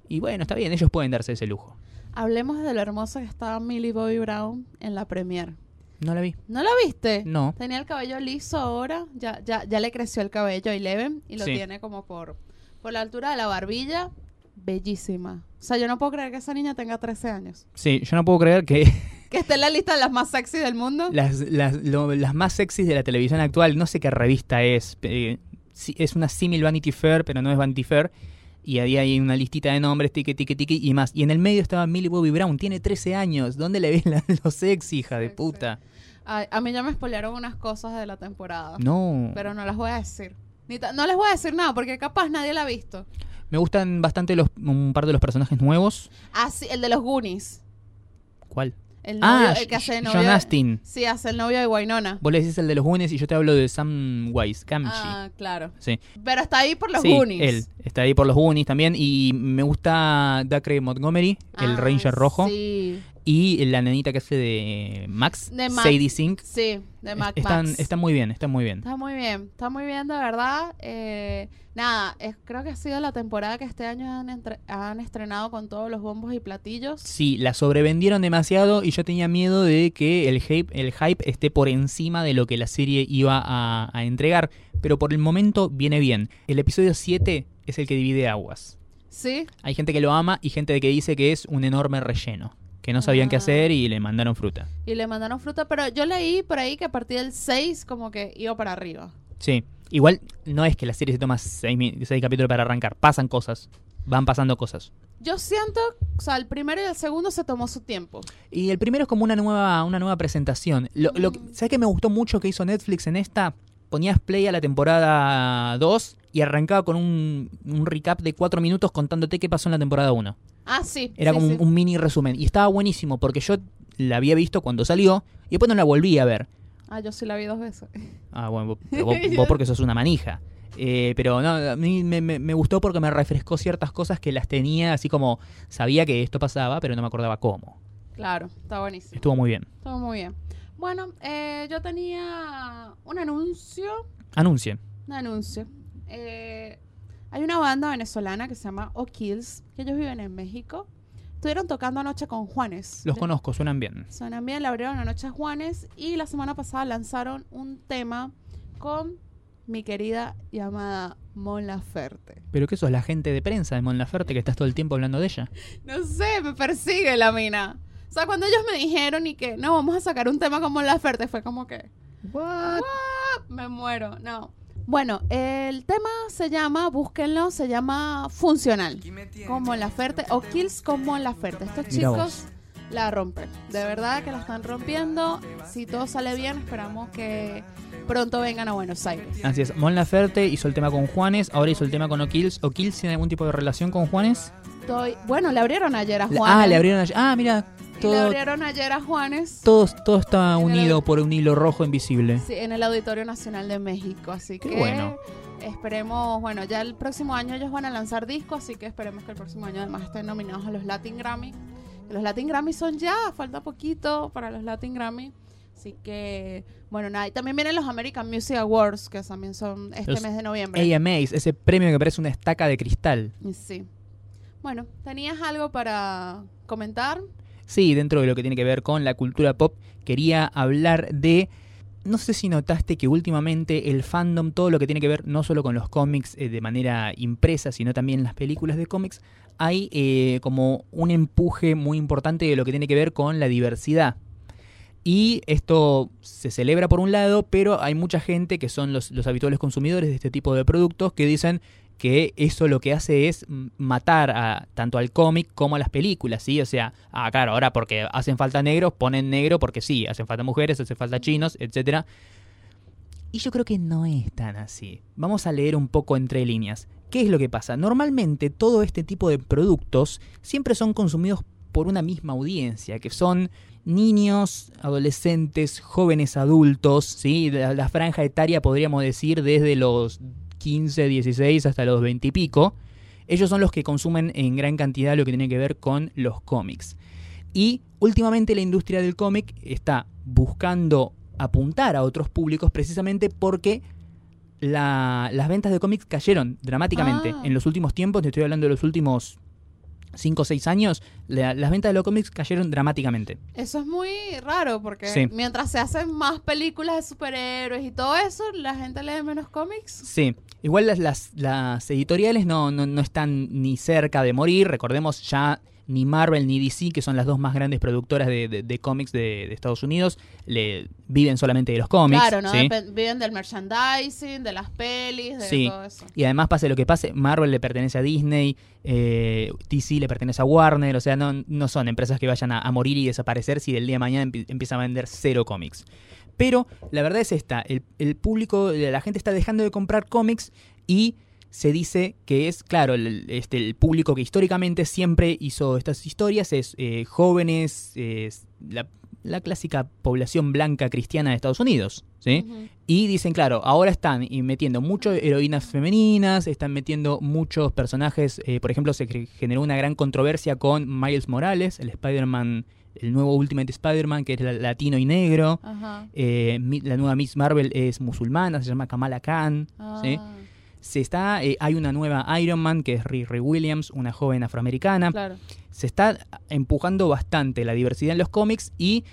B: Y bueno, está bien, ellos pueden darse ese lujo.
A: Hablemos de lo hermosa que estaba Millie Bobby Brown en la premier.
B: No la vi.
A: ¿No la viste?
B: No.
A: Tenía el cabello liso ahora, ya, ya, ya le creció el cabello a Eleven y lo
B: Sí.
A: tiene como por, por la altura de la barbilla. Bellísima. O sea, yo no puedo creer que esa niña tenga 13 años.
B: Sí, yo no puedo creer que
A: Que esté en la lista de las más sexy del mundo.
B: las, las, lo- las más sexys de la televisión actual, no sé qué revista es. eh, sí, es una simil Vanity Fair, pero no es Vanity Fair. Y ahí hay una listita de nombres, tiqui, tiqui, tiqui y más. Y en el medio estaba Millie Bobby Brown, tiene 13 años. ¿Dónde le ves la- lo sexy, hija de
A: Sexy.
B: puta?
A: Ay, a mí ya me spoilearon unas cosas de la temporada.
B: No.
A: Pero no las voy a decir. Ni ta- no les voy a decir nada porque capaz nadie la ha visto.
B: Me gustan bastante los, un par de los personajes nuevos.
A: Ah, sí, el de los Goonies.
B: ¿Cuál?
A: El novio,
B: Ah,
A: el que hace de
B: Sh-
A: novio.
B: John Astin.
A: Sí, hace el novio de Winona.
B: Vos le decís el de los Goonies y yo te hablo de Sam Wise, Gamgee.
A: Ah, claro.
B: Sí.
A: Pero está ahí por los
B: Sí,
A: Goonies.
B: él. Está ahí por los Goonies también. Y me gusta Dacre Montgomery, el
A: Ah,
B: Ranger Rojo.
A: Sí,
B: Y la nenita que hace de Max,
A: De Max.
B: Sadie Sink.
A: sí, de Mac
B: están,
A: Max.
B: están muy bien, están muy bien.
A: Está muy bien, está muy bien de verdad. Eh, nada, es- creo que ha sido la temporada que este año han, entre- han estrenado con todos los bombos y platillos.
B: Sí, la sobrevendieron demasiado y yo tenía miedo de que el hype, el hype esté por encima de lo que la serie iba a, a entregar. Pero por el momento viene bien. El episodio 7 es el que divide aguas.
A: Sí,
B: Hay gente que lo ama y gente que dice que es un enorme relleno. Que no sabían qué
A: Ah.
B: hacer y le mandaron fruta.
A: y le mandaron fruta, pero yo leí por ahí que a partir del 6 como que iba para arriba.
B: Sí. Igual no es que la serie se toma 6 capítulos para arrancar. Pasan cosas. Van pasando cosas.
A: Yo siento, o sea, el primero y el segundo se tomó su tiempo.
B: Y el primero es como una nueva, una nueva presentación. Lo, lo que-
A: Mm.
B: ¿Sabes qué me gustó mucho que hizo Netflix en esta? Ponías play a la temporada 2 y arrancaba con un, un recap de 4 minutos contándote qué pasó en la temporada 1.
A: Ah, sí.
B: Era
A: sí,
B: como
A: sí.
B: un mini resumen. Y estaba buenísimo porque yo la había visto cuando salió y después no la volví a ver.
A: Ah, yo sí la vi dos veces.
B: Ah, bueno, vos, vos- vos porque sos una manija. Eh, pero no, a mí me, me- me gustó porque me refrescó ciertas cosas que las tenía así como sabía que esto pasaba, pero no me acordaba cómo.
A: Claro, está buenísimo.
B: Estuvo muy bien.
A: Todo muy bien. Bueno, eh, yo tenía un anuncio.
B: Anuncie.
A: Un anuncio. Eh, hay una banda venezolana que se llama O'Kills, que ellos viven en México. Estuvieron tocando anoche con Juanes.
B: Los
A: De-
B: conozco, suenan bien.
A: Suenan bien, le abrieron anoche a Juanes y la semana pasada lanzaron un tema con mi querida llamada Mon Laferte.
B: Pero que sos la gente de prensa de Mon Laferte que estás todo el tiempo hablando de ella.
A: No sé, me persigue la mina. O sea, cuando ellos me dijeron y que no, vamos a sacar un tema con Mon Laferte, fue como que "Ah, me muero, no. Bueno, el tema se llama, búsquenlo, se llama Funcional. Como la Ferte o Kills como la Ferte. Estos
B: Mira vos.
A: chicos la rompen. De verdad que la están rompiendo. Si todo sale bien, esperamos que pronto vengan a Buenos Aires.
B: Así es, Mon Laferte hizo el tema con Juanes, ahora hizo el tema con O'Kills. ¿O'Kills tiene algún tipo de relación con Juanes?
A: Estoy- bueno, le abrieron ayer a
B: La-
A: Juanes.
B: ah, le abrieron ayer. Ah, mira,
A: Y le
B: todo,
A: abrieron ayer a Juanes
B: todo, todo está
A: En el-
B: unido por un hilo rojo invisible.
A: sí, en el Auditorio Nacional de México. Así
B: Qué
A: que
B: bueno.
A: esperemos, bueno, ya el próximo año ellos van a lanzar disco, así que esperemos que el próximo año además estén nominados a los Latin Grammy. Los Latin Grammy son ya, falta poquito para los Latin Grammy. Así que, bueno, nada. Y también vienen los American Music Awards, que también son este
B: Los
A: mes de noviembre.
B: AMAs, ese premio que parece una estaca de cristal.
A: Y Sí. Bueno, ¿tenías algo para comentar?
B: Sí, dentro de lo que tiene que ver con la cultura pop, quería hablar de... No sé si notaste que últimamente el fandom, todo lo que tiene que ver no solo con los cómics eh, de manera impresa, sino también las películas de cómics, hay eh, como un empuje muy importante de lo que tiene que ver con la diversidad. Y esto se celebra por un lado, pero hay mucha gente que son los, los habituales consumidores de este tipo de productos que dicen que eso lo que hace es mm, matar a, tanto al cómic como a las películas, ¿sí? O sea, ah, claro, ahora porque hacen falta negros, ponen negro porque sí, hacen falta mujeres, hacen falta chinos, etcétera. Y yo creo que no es tan así. Vamos a leer un poco entre líneas. ¿Qué es lo que pasa? Normalmente todo este tipo de productos siempre son consumidos por una misma audiencia, que son niños, adolescentes, jóvenes adultos, ¿sí? La, la franja etaria podríamos decir desde los 15, 16 hasta los 20 y pico. Ellos son los que consumen en gran cantidad lo que tiene que ver con los cómics. Y últimamente la industria del cómic está buscando apuntar a otros públicos precisamente porque la- las ventas de cómics cayeron dramáticamente.
A: Ah.
B: En los últimos tiempos, te estoy hablando de los últimos 5 o 6 años, la- las ventas de los cómics cayeron dramáticamente.
A: Eso es muy raro porque
B: Sí.
A: mientras se hacen más películas de superhéroes y todo eso, la gente lee menos cómics.
B: Sí, igual las, las, las editoriales no, no, no están ni cerca de morir. Recordemos ya ni Marvel ni DC, que son las dos más grandes productoras de, de- de cómics de, de Estados Unidos, le viven solamente de los cómics.
A: claro, ¿no?
B: ¿sí?
A: Depen- Viven del merchandising, de las pelis, de
B: Sí.
A: todo eso.
B: Y además pase lo que pase, Marvel le pertenece a Disney, eh, DC le pertenece a Warner, o sea, no, no son empresas que vayan a, a morir y desaparecer si del día de mañana empie- empieza a vender cero cómics. Pero la verdad es esta, el, el público, la gente está dejando de comprar cómics y se dice que es, claro, el, este, el público que históricamente siempre hizo estas historias es eh, jóvenes, es la, la clásica población blanca cristiana de Estados Unidos, ¿sí?
A: Ujú.
B: Y dicen, claro, ahora están y metiendo mucho heroínas femeninas, están metiendo muchos personajes. eh, por ejemplo, se cre- generó una gran controversia con Miles Morales, el Spider-Man, el nuevo Ultimate Spider-Man, que es la- latino y negro.
A: Ajá.
B: Eh, mi- la nueva Miss Marvel es musulmana, se llama Kamala Khan. ¿sí?
A: Ah,
B: Se está, eh, hay una nueva Iron Man, que es Riri Williams, una joven afroamericana
A: Ah, Claro.
B: se está empujando bastante la diversidad en los cómics y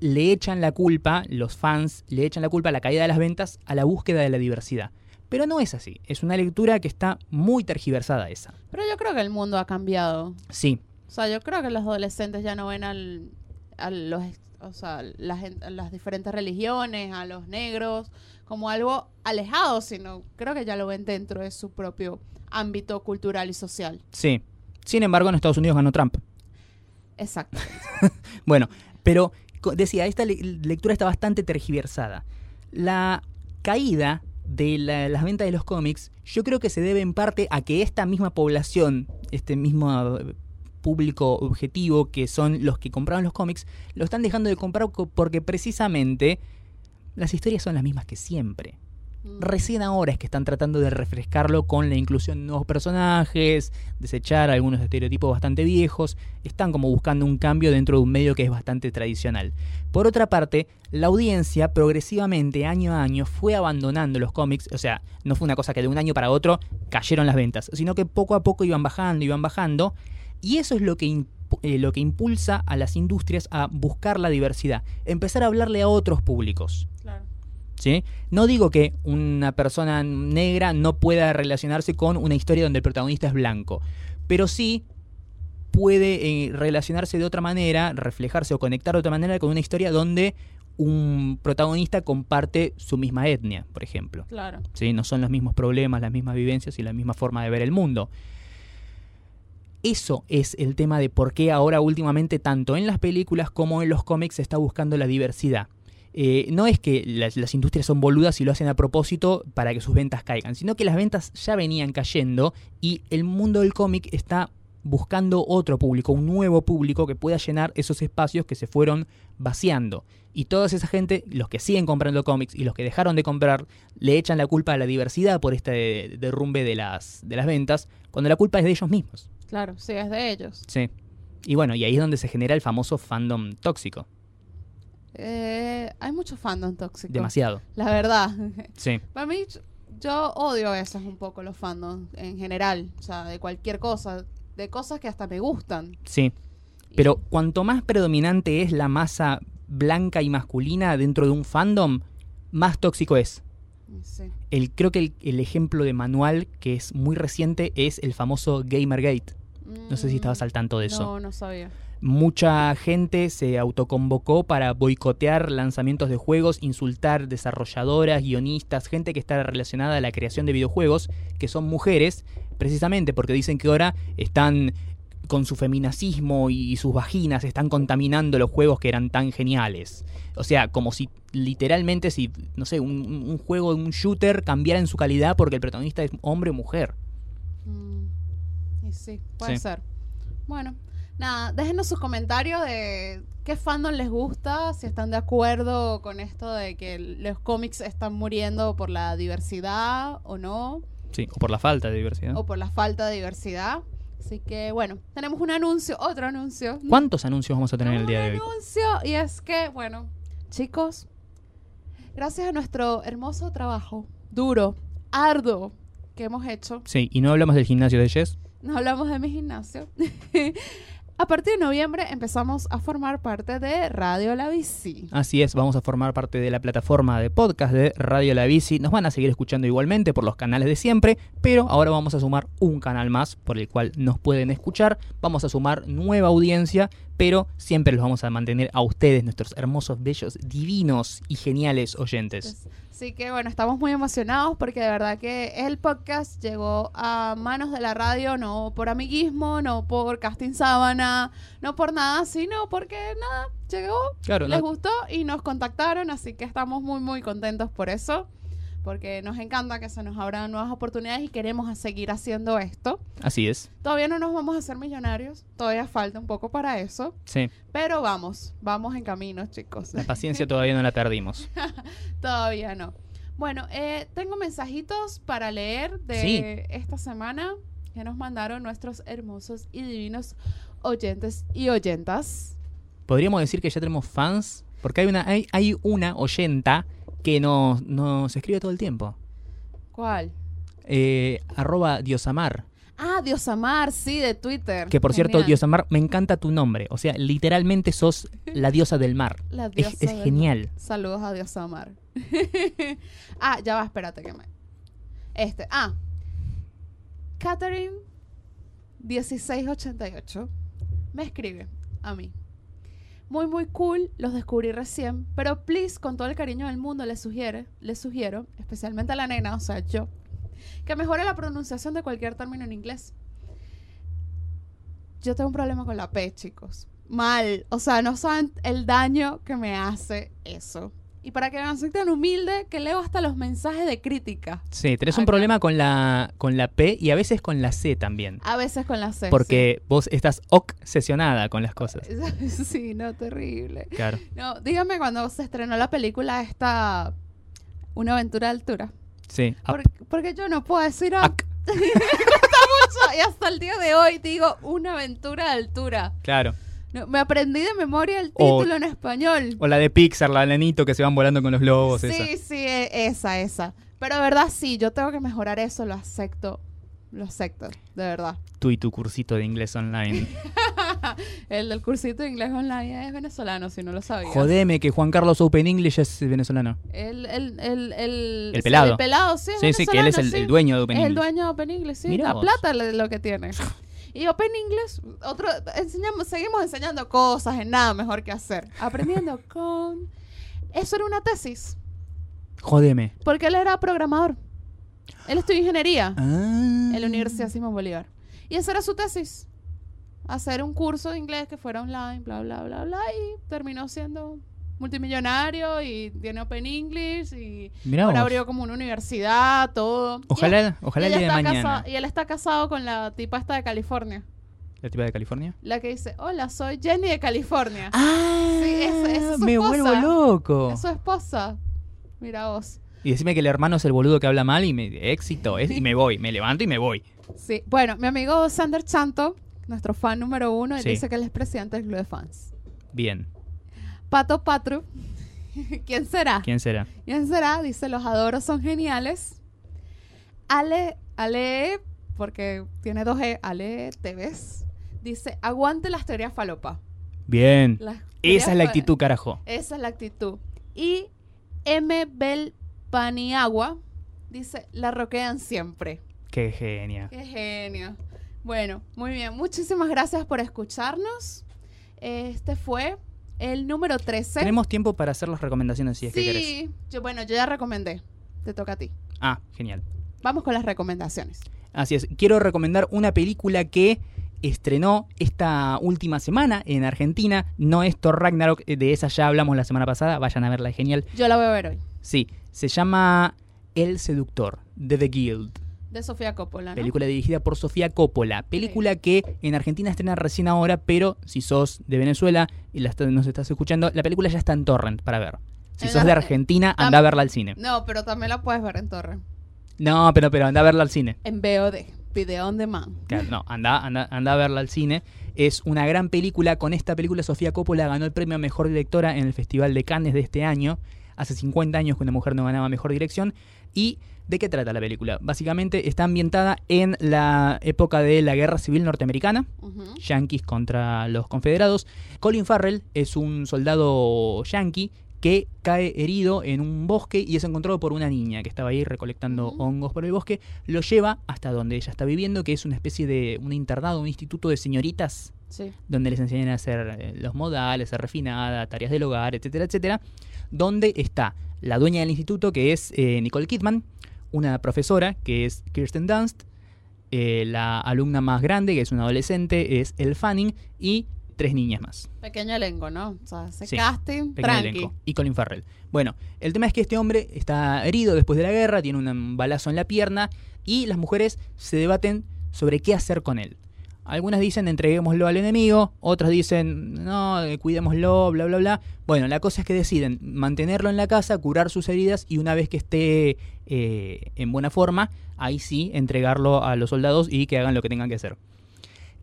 B: le echan la culpa, los fans le echan la culpa a la caída de las ventas a la búsqueda de la diversidad. Pero no es así, es una lectura que está muy tergiversada esa.
A: Pero yo creo que el mundo ha cambiado.
B: Sí,
A: O sea, yo creo que los adolescentes ya no ven al, a los, o sea, la gen- a las diferentes religiones, a los negros, como algo alejado, sino creo que ya lo ven dentro de su propio ámbito cultural y social.
B: sí. Sin embargo, en Estados Unidos ganó Trump.
A: Exacto.
B: Bueno, pero co- decía, esta le- lectura está bastante tergiversada. La caída de la- las ventas de los cómics, yo creo que se debe en parte a que esta misma población, este mismo eh, público objetivo que son los que compraban los cómics, lo están dejando de comprar co- porque precisamente las historias son las mismas que siempre.
A: Mm,
B: Recién ahora es que están tratando de refrescarlo con la inclusión de nuevos personajes, desechar algunos estereotipos bastante viejos, están como buscando un cambio dentro de un medio que es bastante tradicional. Por otra parte, la audiencia progresivamente año a año fue abandonando los cómics, o sea, no fue una cosa que de un año para otro cayeron las ventas, sino que poco a poco iban bajando, iban bajando, y eso es lo que eh, lo que impulsa a las industrias a buscar la diversidad, empezar a hablarle a otros públicos.
A: Claro.
B: ¿sí? No digo que una persona negra no pueda relacionarse con una historia donde el protagonista es blanco, pero sí puede eh, relacionarse de otra manera, reflejarse o conectar de otra manera con una historia donde un protagonista comparte su misma etnia, por ejemplo.
A: Claro.
B: ¿sí? No son los mismos problemas, las mismas vivencias y la misma forma de ver el mundo. Eso es el tema de por qué ahora últimamente tanto en las películas como en los cómics se está buscando la diversidad. Eh, no es que las, las, industrias son boludas y lo hacen a propósito para que sus ventas caigan, sino que las ventas ya venían cayendo y el mundo del cómic está buscando otro público, un nuevo público que pueda llenar esos espacios que se fueron vaciando. Y toda esa gente, los que siguen comprando cómics y los que dejaron de comprar, le echan la culpa a la diversidad por este derrumbe de las, de las ventas, cuando la culpa es de ellos mismos.
A: Claro, sí, es de ellos.
B: Sí. Y bueno, y ahí es donde se genera el famoso fandom tóxico.
A: Eh, hay mucho fandom tóxico.
B: Demasiado.
A: La verdad.
B: Sí.
A: Para mí, yo odio a veces un poco los fandoms en general. O sea, de cualquier cosa. De cosas que hasta me gustan.
B: Sí. Pero y... cuanto más predominante es la masa blanca y masculina dentro de un fandom, más tóxico es.
A: Sí.
B: El, creo que el, el ejemplo de manual que es muy reciente es el famoso Gamergate. No sé si estabas al tanto de eso.
A: No, no sabía.
B: Mucha gente se autoconvocó para boicotear lanzamientos de juegos, insultar desarrolladoras, guionistas, gente que está relacionada a la creación de videojuegos, que son mujeres, precisamente porque dicen que ahora están con su feminacismo y sus vaginas, están contaminando los juegos que eran tan geniales. O sea, como si literalmente, si, no sé, un, un juego, un shooter cambiara en su calidad porque el protagonista es hombre o mujer.
A: Mm. Sí, puede sí. ser. Bueno, nada, déjenos sus comentarios de qué fandom les gusta, si están de acuerdo con esto de que los cómics están muriendo por la diversidad o no.
B: Sí, o por la falta de diversidad.
A: O por la falta de diversidad. Así que bueno, tenemos un anuncio, otro anuncio.
B: ¿Cuántos anuncios vamos a tener
A: tenemos
B: el día de hoy?
A: Un anuncio y es que, bueno, chicos, gracias a nuestro hermoso trabajo, duro, arduo, que hemos hecho.
B: Sí, y no hablamos del gimnasio de Jess
A: no hablamos de mi gimnasio. a partir de noviembre empezamos a formar parte de Radio La Bici.
B: Así es, vamos a formar parte de la plataforma de podcast de Radio La Bici. Nos van a seguir escuchando igualmente por los canales de siempre, pero ahora vamos a sumar un canal más por el cual nos pueden escuchar. Vamos a sumar nueva audiencia, pero siempre los vamos a mantener a ustedes, nuestros hermosos, bellos, divinos y geniales oyentes.
A: Así que bueno, estamos muy emocionados porque de verdad que el podcast llegó a manos de la radio, no por amiguismo, no por casting sábana, no por nada, sino porque nada, llegó,
B: claro,
A: les
B: no.
A: gustó y nos contactaron, así que estamos muy, muy contentos por eso porque nos encanta que se nos abran nuevas oportunidades y queremos seguir haciendo esto.
B: Así es.
A: Todavía no nos vamos a hacer millonarios, todavía falta un poco para eso.
B: Sí.
A: Pero vamos, vamos en camino, chicos.
B: La paciencia todavía no la perdimos.
A: todavía no. Bueno, eh, tengo mensajitos para leer de
B: sí.
A: esta semana que nos mandaron nuestros hermosos y divinos oyentes y oyentas.
B: Podríamos decir que ya tenemos fans, porque hay una, hay, hay una oyenta que nos, nos, escribe todo el tiempo.
A: ¿Cuál?
B: Eh, arroba Diosamar.
A: Ah, Diosamar, sí, de Twitter.
B: Que por genial. cierto, Diosamar, me encanta tu nombre. O sea, literalmente sos la diosa del mar.
A: La diosa
B: es, es
A: del
B: genial.
A: Mar. Saludos a Diosamar. ah, ya va, espérate que me. Este, ah. Catherine 1688 me escribe a mí muy muy cool, los descubrí recién, pero please, con todo el cariño del mundo, les sugiere, les sugiero, especialmente a la nena, o sea, yo, que mejore la pronunciación de cualquier término en inglés. Yo tengo un problema con la P, chicos. Mal, o sea, no saben el daño que me hace eso. Y para que vean, soy tan humilde que leo hasta los mensajes de crítica.
B: Sí, tenés un
A: Acá.
B: problema con la, con la P y a veces con la C también.
A: A veces con la C.
B: Porque vos estás obsesionada con las cosas.
A: sí. sí, no, terrible.
B: Claro.
A: No, dígame cuando se estrenó la película esta Una aventura de altura.
B: Sí. Ap-
A: Por- porque yo no puedo decir ah,
B: ac-
A: mucho, y hasta el día de hoy digo una aventura de altura.
B: claro.
A: No, me aprendí de memoria el
B: O-
A: título en español.
B: O la de Pixar, la del nenito que se van volando con los globos.
A: sí,
B: esa.
A: sí, e- esa, esa. Pero de verdad sí, yo tengo que mejorar eso, lo acepto. Lo acepto, de verdad.
B: Tú y tu cursito de inglés online.
A: El del cursito de inglés online es venezolano, si no lo sabía.
B: Jodeme que Juan Carlos Open English es venezolano.
A: El, el, el, el,
B: El pelado.
A: El pelado, sí. es
B: Sí, sí, que él es el,
A: venezolano,
B: el
A: sí.
B: dueño de Open
A: Es el
B: English.
A: dueño de Open English, sí.
B: Mirá
A: la
B: vos.
A: plata le- lo que tiene. Y Open English, otro, enseñamos, seguimos enseñando cosas en nada mejor que hacer. Aprendiendo con... Eso era una tesis,
B: Jodeme.
A: porque él era programador. Él estudió ingeniería
B: Ah.
A: en la Universidad Simón Bolívar. Y esa era su tesis. Hacer un curso de inglés que fuera online, bla, bla, bla, bla. Y terminó siendo multimillonario y tiene Open English y
B: Mirá
A: ahora
B: vos.
A: abrió como una universidad, todo. Y
B: Ojalá, ojalá el
A: ella
B: día de
A: está
B: mañana.
A: casa- y él está casado con la tipa esta de California.
B: ¿La tipa de California?
A: La que dice, hola, soy Jenny de California.
B: ¡Ah!
A: esa- esa es su
B: me
A: esposa.
B: vuelvo loco.
A: Es su esposa. Mira vos.
B: Y decime que el hermano es el boludo que habla mal y me éxito. es- y me voy, me levanto y me voy.
A: Sí. Bueno, mi amigo Sander Chanto, nuestro fan número uno, él
B: Sí.
A: dice que él es presidente del club de fans.
B: Bien.
A: Pato Patru. ¿Quién será?
B: ¿Quién será?
A: ¿Quién será? Dice, los adoro, son geniales. Ale, Ale, porque tiene dos E, Ale, te ves. Dice, aguante las teorías falopa.
B: Bien.
A: Las
B: Esa
A: teorías
B: es la
A: fa-
B: actitud, carajo.
A: Esa es la actitud. Y M. Bel Paniagua dice, la roquean siempre.
B: Qué genia.
A: Qué genio. Bueno, muy bien. Muchísimas gracias por escucharnos. Este fue el número 13.
B: Tenemos tiempo para hacer las recomendaciones si es que querés.
A: sí, yo, bueno, yo ya recomendé. Te toca a ti.
B: Ah, genial.
A: Vamos con las recomendaciones.
B: Así es. Quiero recomendar una película que estrenó esta última semana en Argentina. No es Thor Ragnarok, eh, de esa ya hablamos la semana pasada. Vayan a verla, es genial.
A: Yo la voy a ver hoy.
B: Sí, se llama El Seductor, de The Guild.
A: De Sofía Coppola, ¿no?
B: Película dirigida por Sofía Coppola. Película que en Argentina estrena recién ahora, pero si sos de Venezuela y la est- nos estás escuchando, la película ya está en torrent para ver. Si
A: En
B: sos
A: la-
B: de Argentina, anda a verla al cine.
A: No, pero también la puedes ver en torre.
B: No, pero, pero anda a verla al cine.
A: En VOD, Video On Demand.
B: Claro, no, anda, anda, anda a verla al cine. Es una gran película. Con esta película Sofía Coppola ganó el premio a Mejor Directora en el Festival de Cannes de este año. Hace 50 años que una mujer no ganaba Mejor Dirección. ¿Y de qué trata la película? Básicamente está ambientada en la época de la Guerra Civil Norteamericana.
A: Ujú.
B: Yankees contra los confederados. Colin Farrell es un soldado yankee que cae herido en un bosque y es encontrado por una niña que estaba ahí recolectando
A: Ujú.
B: hongos por el bosque. Lo lleva hasta donde ella está viviendo, que es una especie de un internado, un instituto de señoritas
A: Sí.
B: donde les enseñan a hacer eh, los modales, ser refinada, tareas del hogar, etcétera, etcétera, donde está la dueña del instituto, que es eh, Nicole Kidman, una profesora, que es Kirsten Dunst, eh, la alumna más grande, que es una adolescente, es Elle Fanning, y tres niñas más
A: Pequeño elenco, ¿no? O sea, ese
B: Sí.
A: casting,
B: pequeño
A: tranqui.
B: elenco, y Colin Farrell. Bueno, el tema es que este hombre está herido después de la guerra, tiene un balazo en la pierna y las mujeres se debaten sobre qué hacer con él. Algunas dicen entreguémoslo al enemigo, otras dicen no, eh, cuidémoslo, bla, bla, bla. Bueno, la cosa es que deciden mantenerlo en la casa, curar sus heridas y una vez que esté eh, en buena forma, ahí sí entregarlo a los soldados y que hagan lo que tengan que hacer.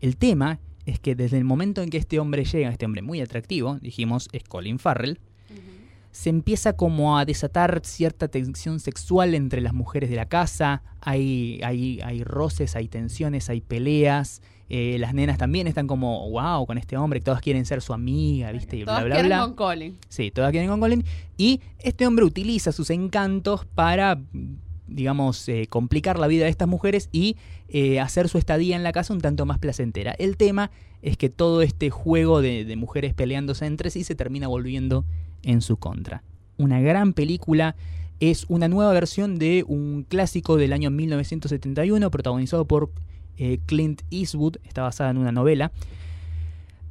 B: El tema es que desde el momento en que este hombre llega, este hombre muy atractivo, dijimos es Colin Farrell,
A: Ujú.
B: se empieza como a desatar cierta tensión sexual entre las mujeres de la casa, hay, hay, hay roces, hay tensiones, hay peleas, Eh, las nenas también están como, wow, con este hombre, todas quieren ser su amiga, ¿viste? Y
A: Todos
B: bla, bla,
A: quieren
B: bla.
A: con Colin.
B: Sí, todas quieren con Colin. Y este hombre utiliza sus encantos para, digamos, eh, complicar la vida de estas mujeres y eh, hacer su estadía en la casa un tanto más placentera. El tema es que todo este juego de, de mujeres peleándose entre sí se termina volviendo en su contra. Una gran película. Es una nueva versión de un clásico del año 1971 protagonizado por eh, Clint Eastwood. Está basada en una novela.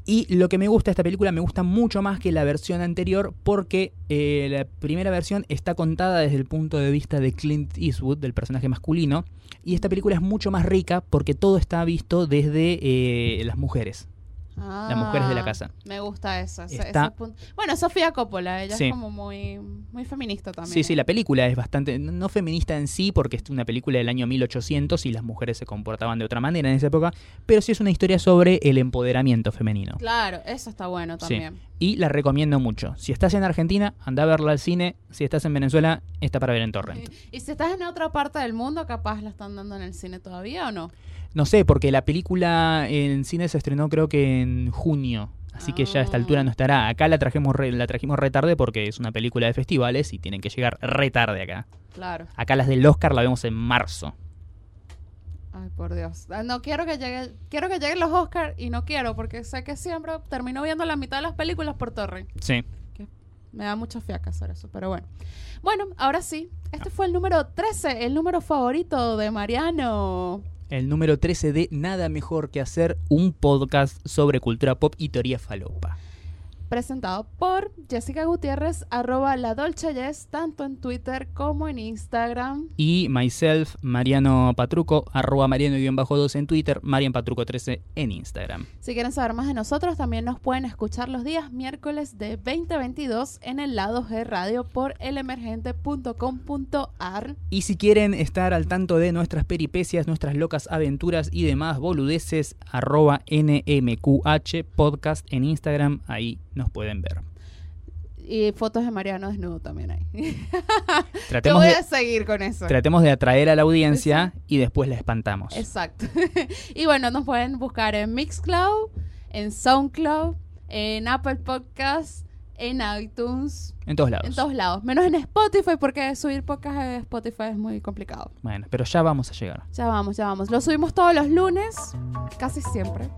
B: Y lo que me gusta de esta película me gusta mucho más que la versión anterior porque eh, la primera versión está contada desde el punto de vista de Clint Eastwood, del personaje masculino, y esta película es mucho más rica porque todo está visto desde eh, las mujeres, las mujeres de la
A: Ah,
B: casa.
A: Me gusta eso. ese- ese
B: Está-
A: punto. Bueno, Sofía Coppola, ella
B: Sí.
A: es como muy, muy feminista también. ¿eh?
B: Sí, sí, la película es bastante, no- no feminista en sí, porque es una película del año 1800 y las mujeres se comportaban de otra manera en esa época, pero sí es una historia sobre el empoderamiento femenino.
A: Claro, eso está bueno
B: Sí.
A: también.
B: Y la recomiendo mucho. Si estás en Argentina, anda a verla al cine. Si estás en Venezuela, está para ver en Torrent.
A: Y si estás en otra parte del mundo, capaz la están dando en el cine todavía o no.
B: No sé, porque la película en cine se estrenó creo que en junio. Así que ya a esta
A: Ah.
B: altura no estará. Acá la trajimos re- la trajimos retarde porque es una película de festivales y tienen que llegar retarde acá.
A: Claro.
B: Acá las del Oscar la vemos en marzo.
A: Ay, por Dios. Ah, No quiero que llegue, quiero que lleguen los Oscars y no quiero porque sé que siempre termino viendo la mitad de las películas por torre.
B: Sí.
A: Me da mucha fiaca hacer eso, pero bueno. Bueno, ahora sí. Este fue el número 13, el número favorito de Mariano.
B: El número 13 de Nada Mejor que Hacer, un podcast sobre cultura pop y teoría falopa.
A: presentado por Jessica Gutiérrez, arroba la Dolce Jess, tanto en Twitter como en Instagram.
B: Y myself, Mariano Patruco, arroba Mariano-2 en Twitter, Marian Patruco 13 en Instagram.
A: Si quieren saber más de nosotros, también nos pueden escuchar los días miércoles de 2022 en el lado G Radio por elemergente.com.ar.
B: Y si quieren estar al tanto de nuestras peripecias, nuestras locas aventuras y demás boludeces, arroba NMQH podcast en Instagram, ahí nos pueden ver.
A: Y fotos de Mariano desnudo también hay. Yo
B: Tratemos
A: voy
B: de,
A: a seguir con eso.
B: tratemos de atraer a la audiencia y después la espantamos.
A: Exacto. y bueno, nos pueden buscar en Mixcloud, en Soundcloud, en Apple Podcasts, en iTunes.
B: En todos lados.
A: En todos lados, menos en Spotify, porque subir podcast en Spotify es muy complicado.
B: Bueno, pero ya vamos a llegar.
A: Ya vamos, ya vamos. Lo subimos todos los lunes, casi siempre.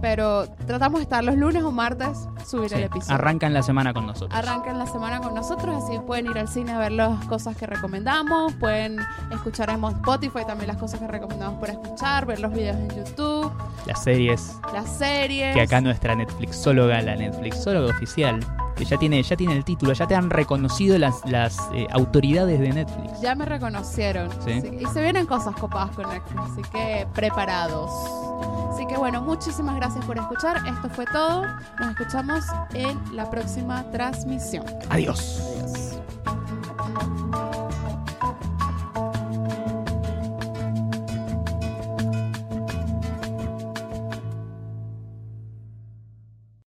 A: Pero tratamos de estar los lunes o martes, subir
B: Sí,
A: el episodio.
B: Arrancan la semana con nosotros.
A: Arrancan la semana con nosotros, así pueden ir al cine a ver las cosas que recomendamos, pueden escuchar en Spotify también las cosas que recomendamos por escuchar, ver los videos en YouTube,
B: Las series
A: las series.
B: que acá nuestra Netflixóloga, la Netflixóloga oficial, que ya tiene, ya tiene el título, ya te han reconocido las, las eh, autoridades de Netflix.
A: Ya me reconocieron.
B: Sí.
A: Así- Y se vienen cosas copadas con Netflix, así que preparados. Así que bueno, muchísimas gracias por escuchar. Esto fue todo. Nos escuchamos en la próxima transmisión.
B: Adiós.
A: Adiós.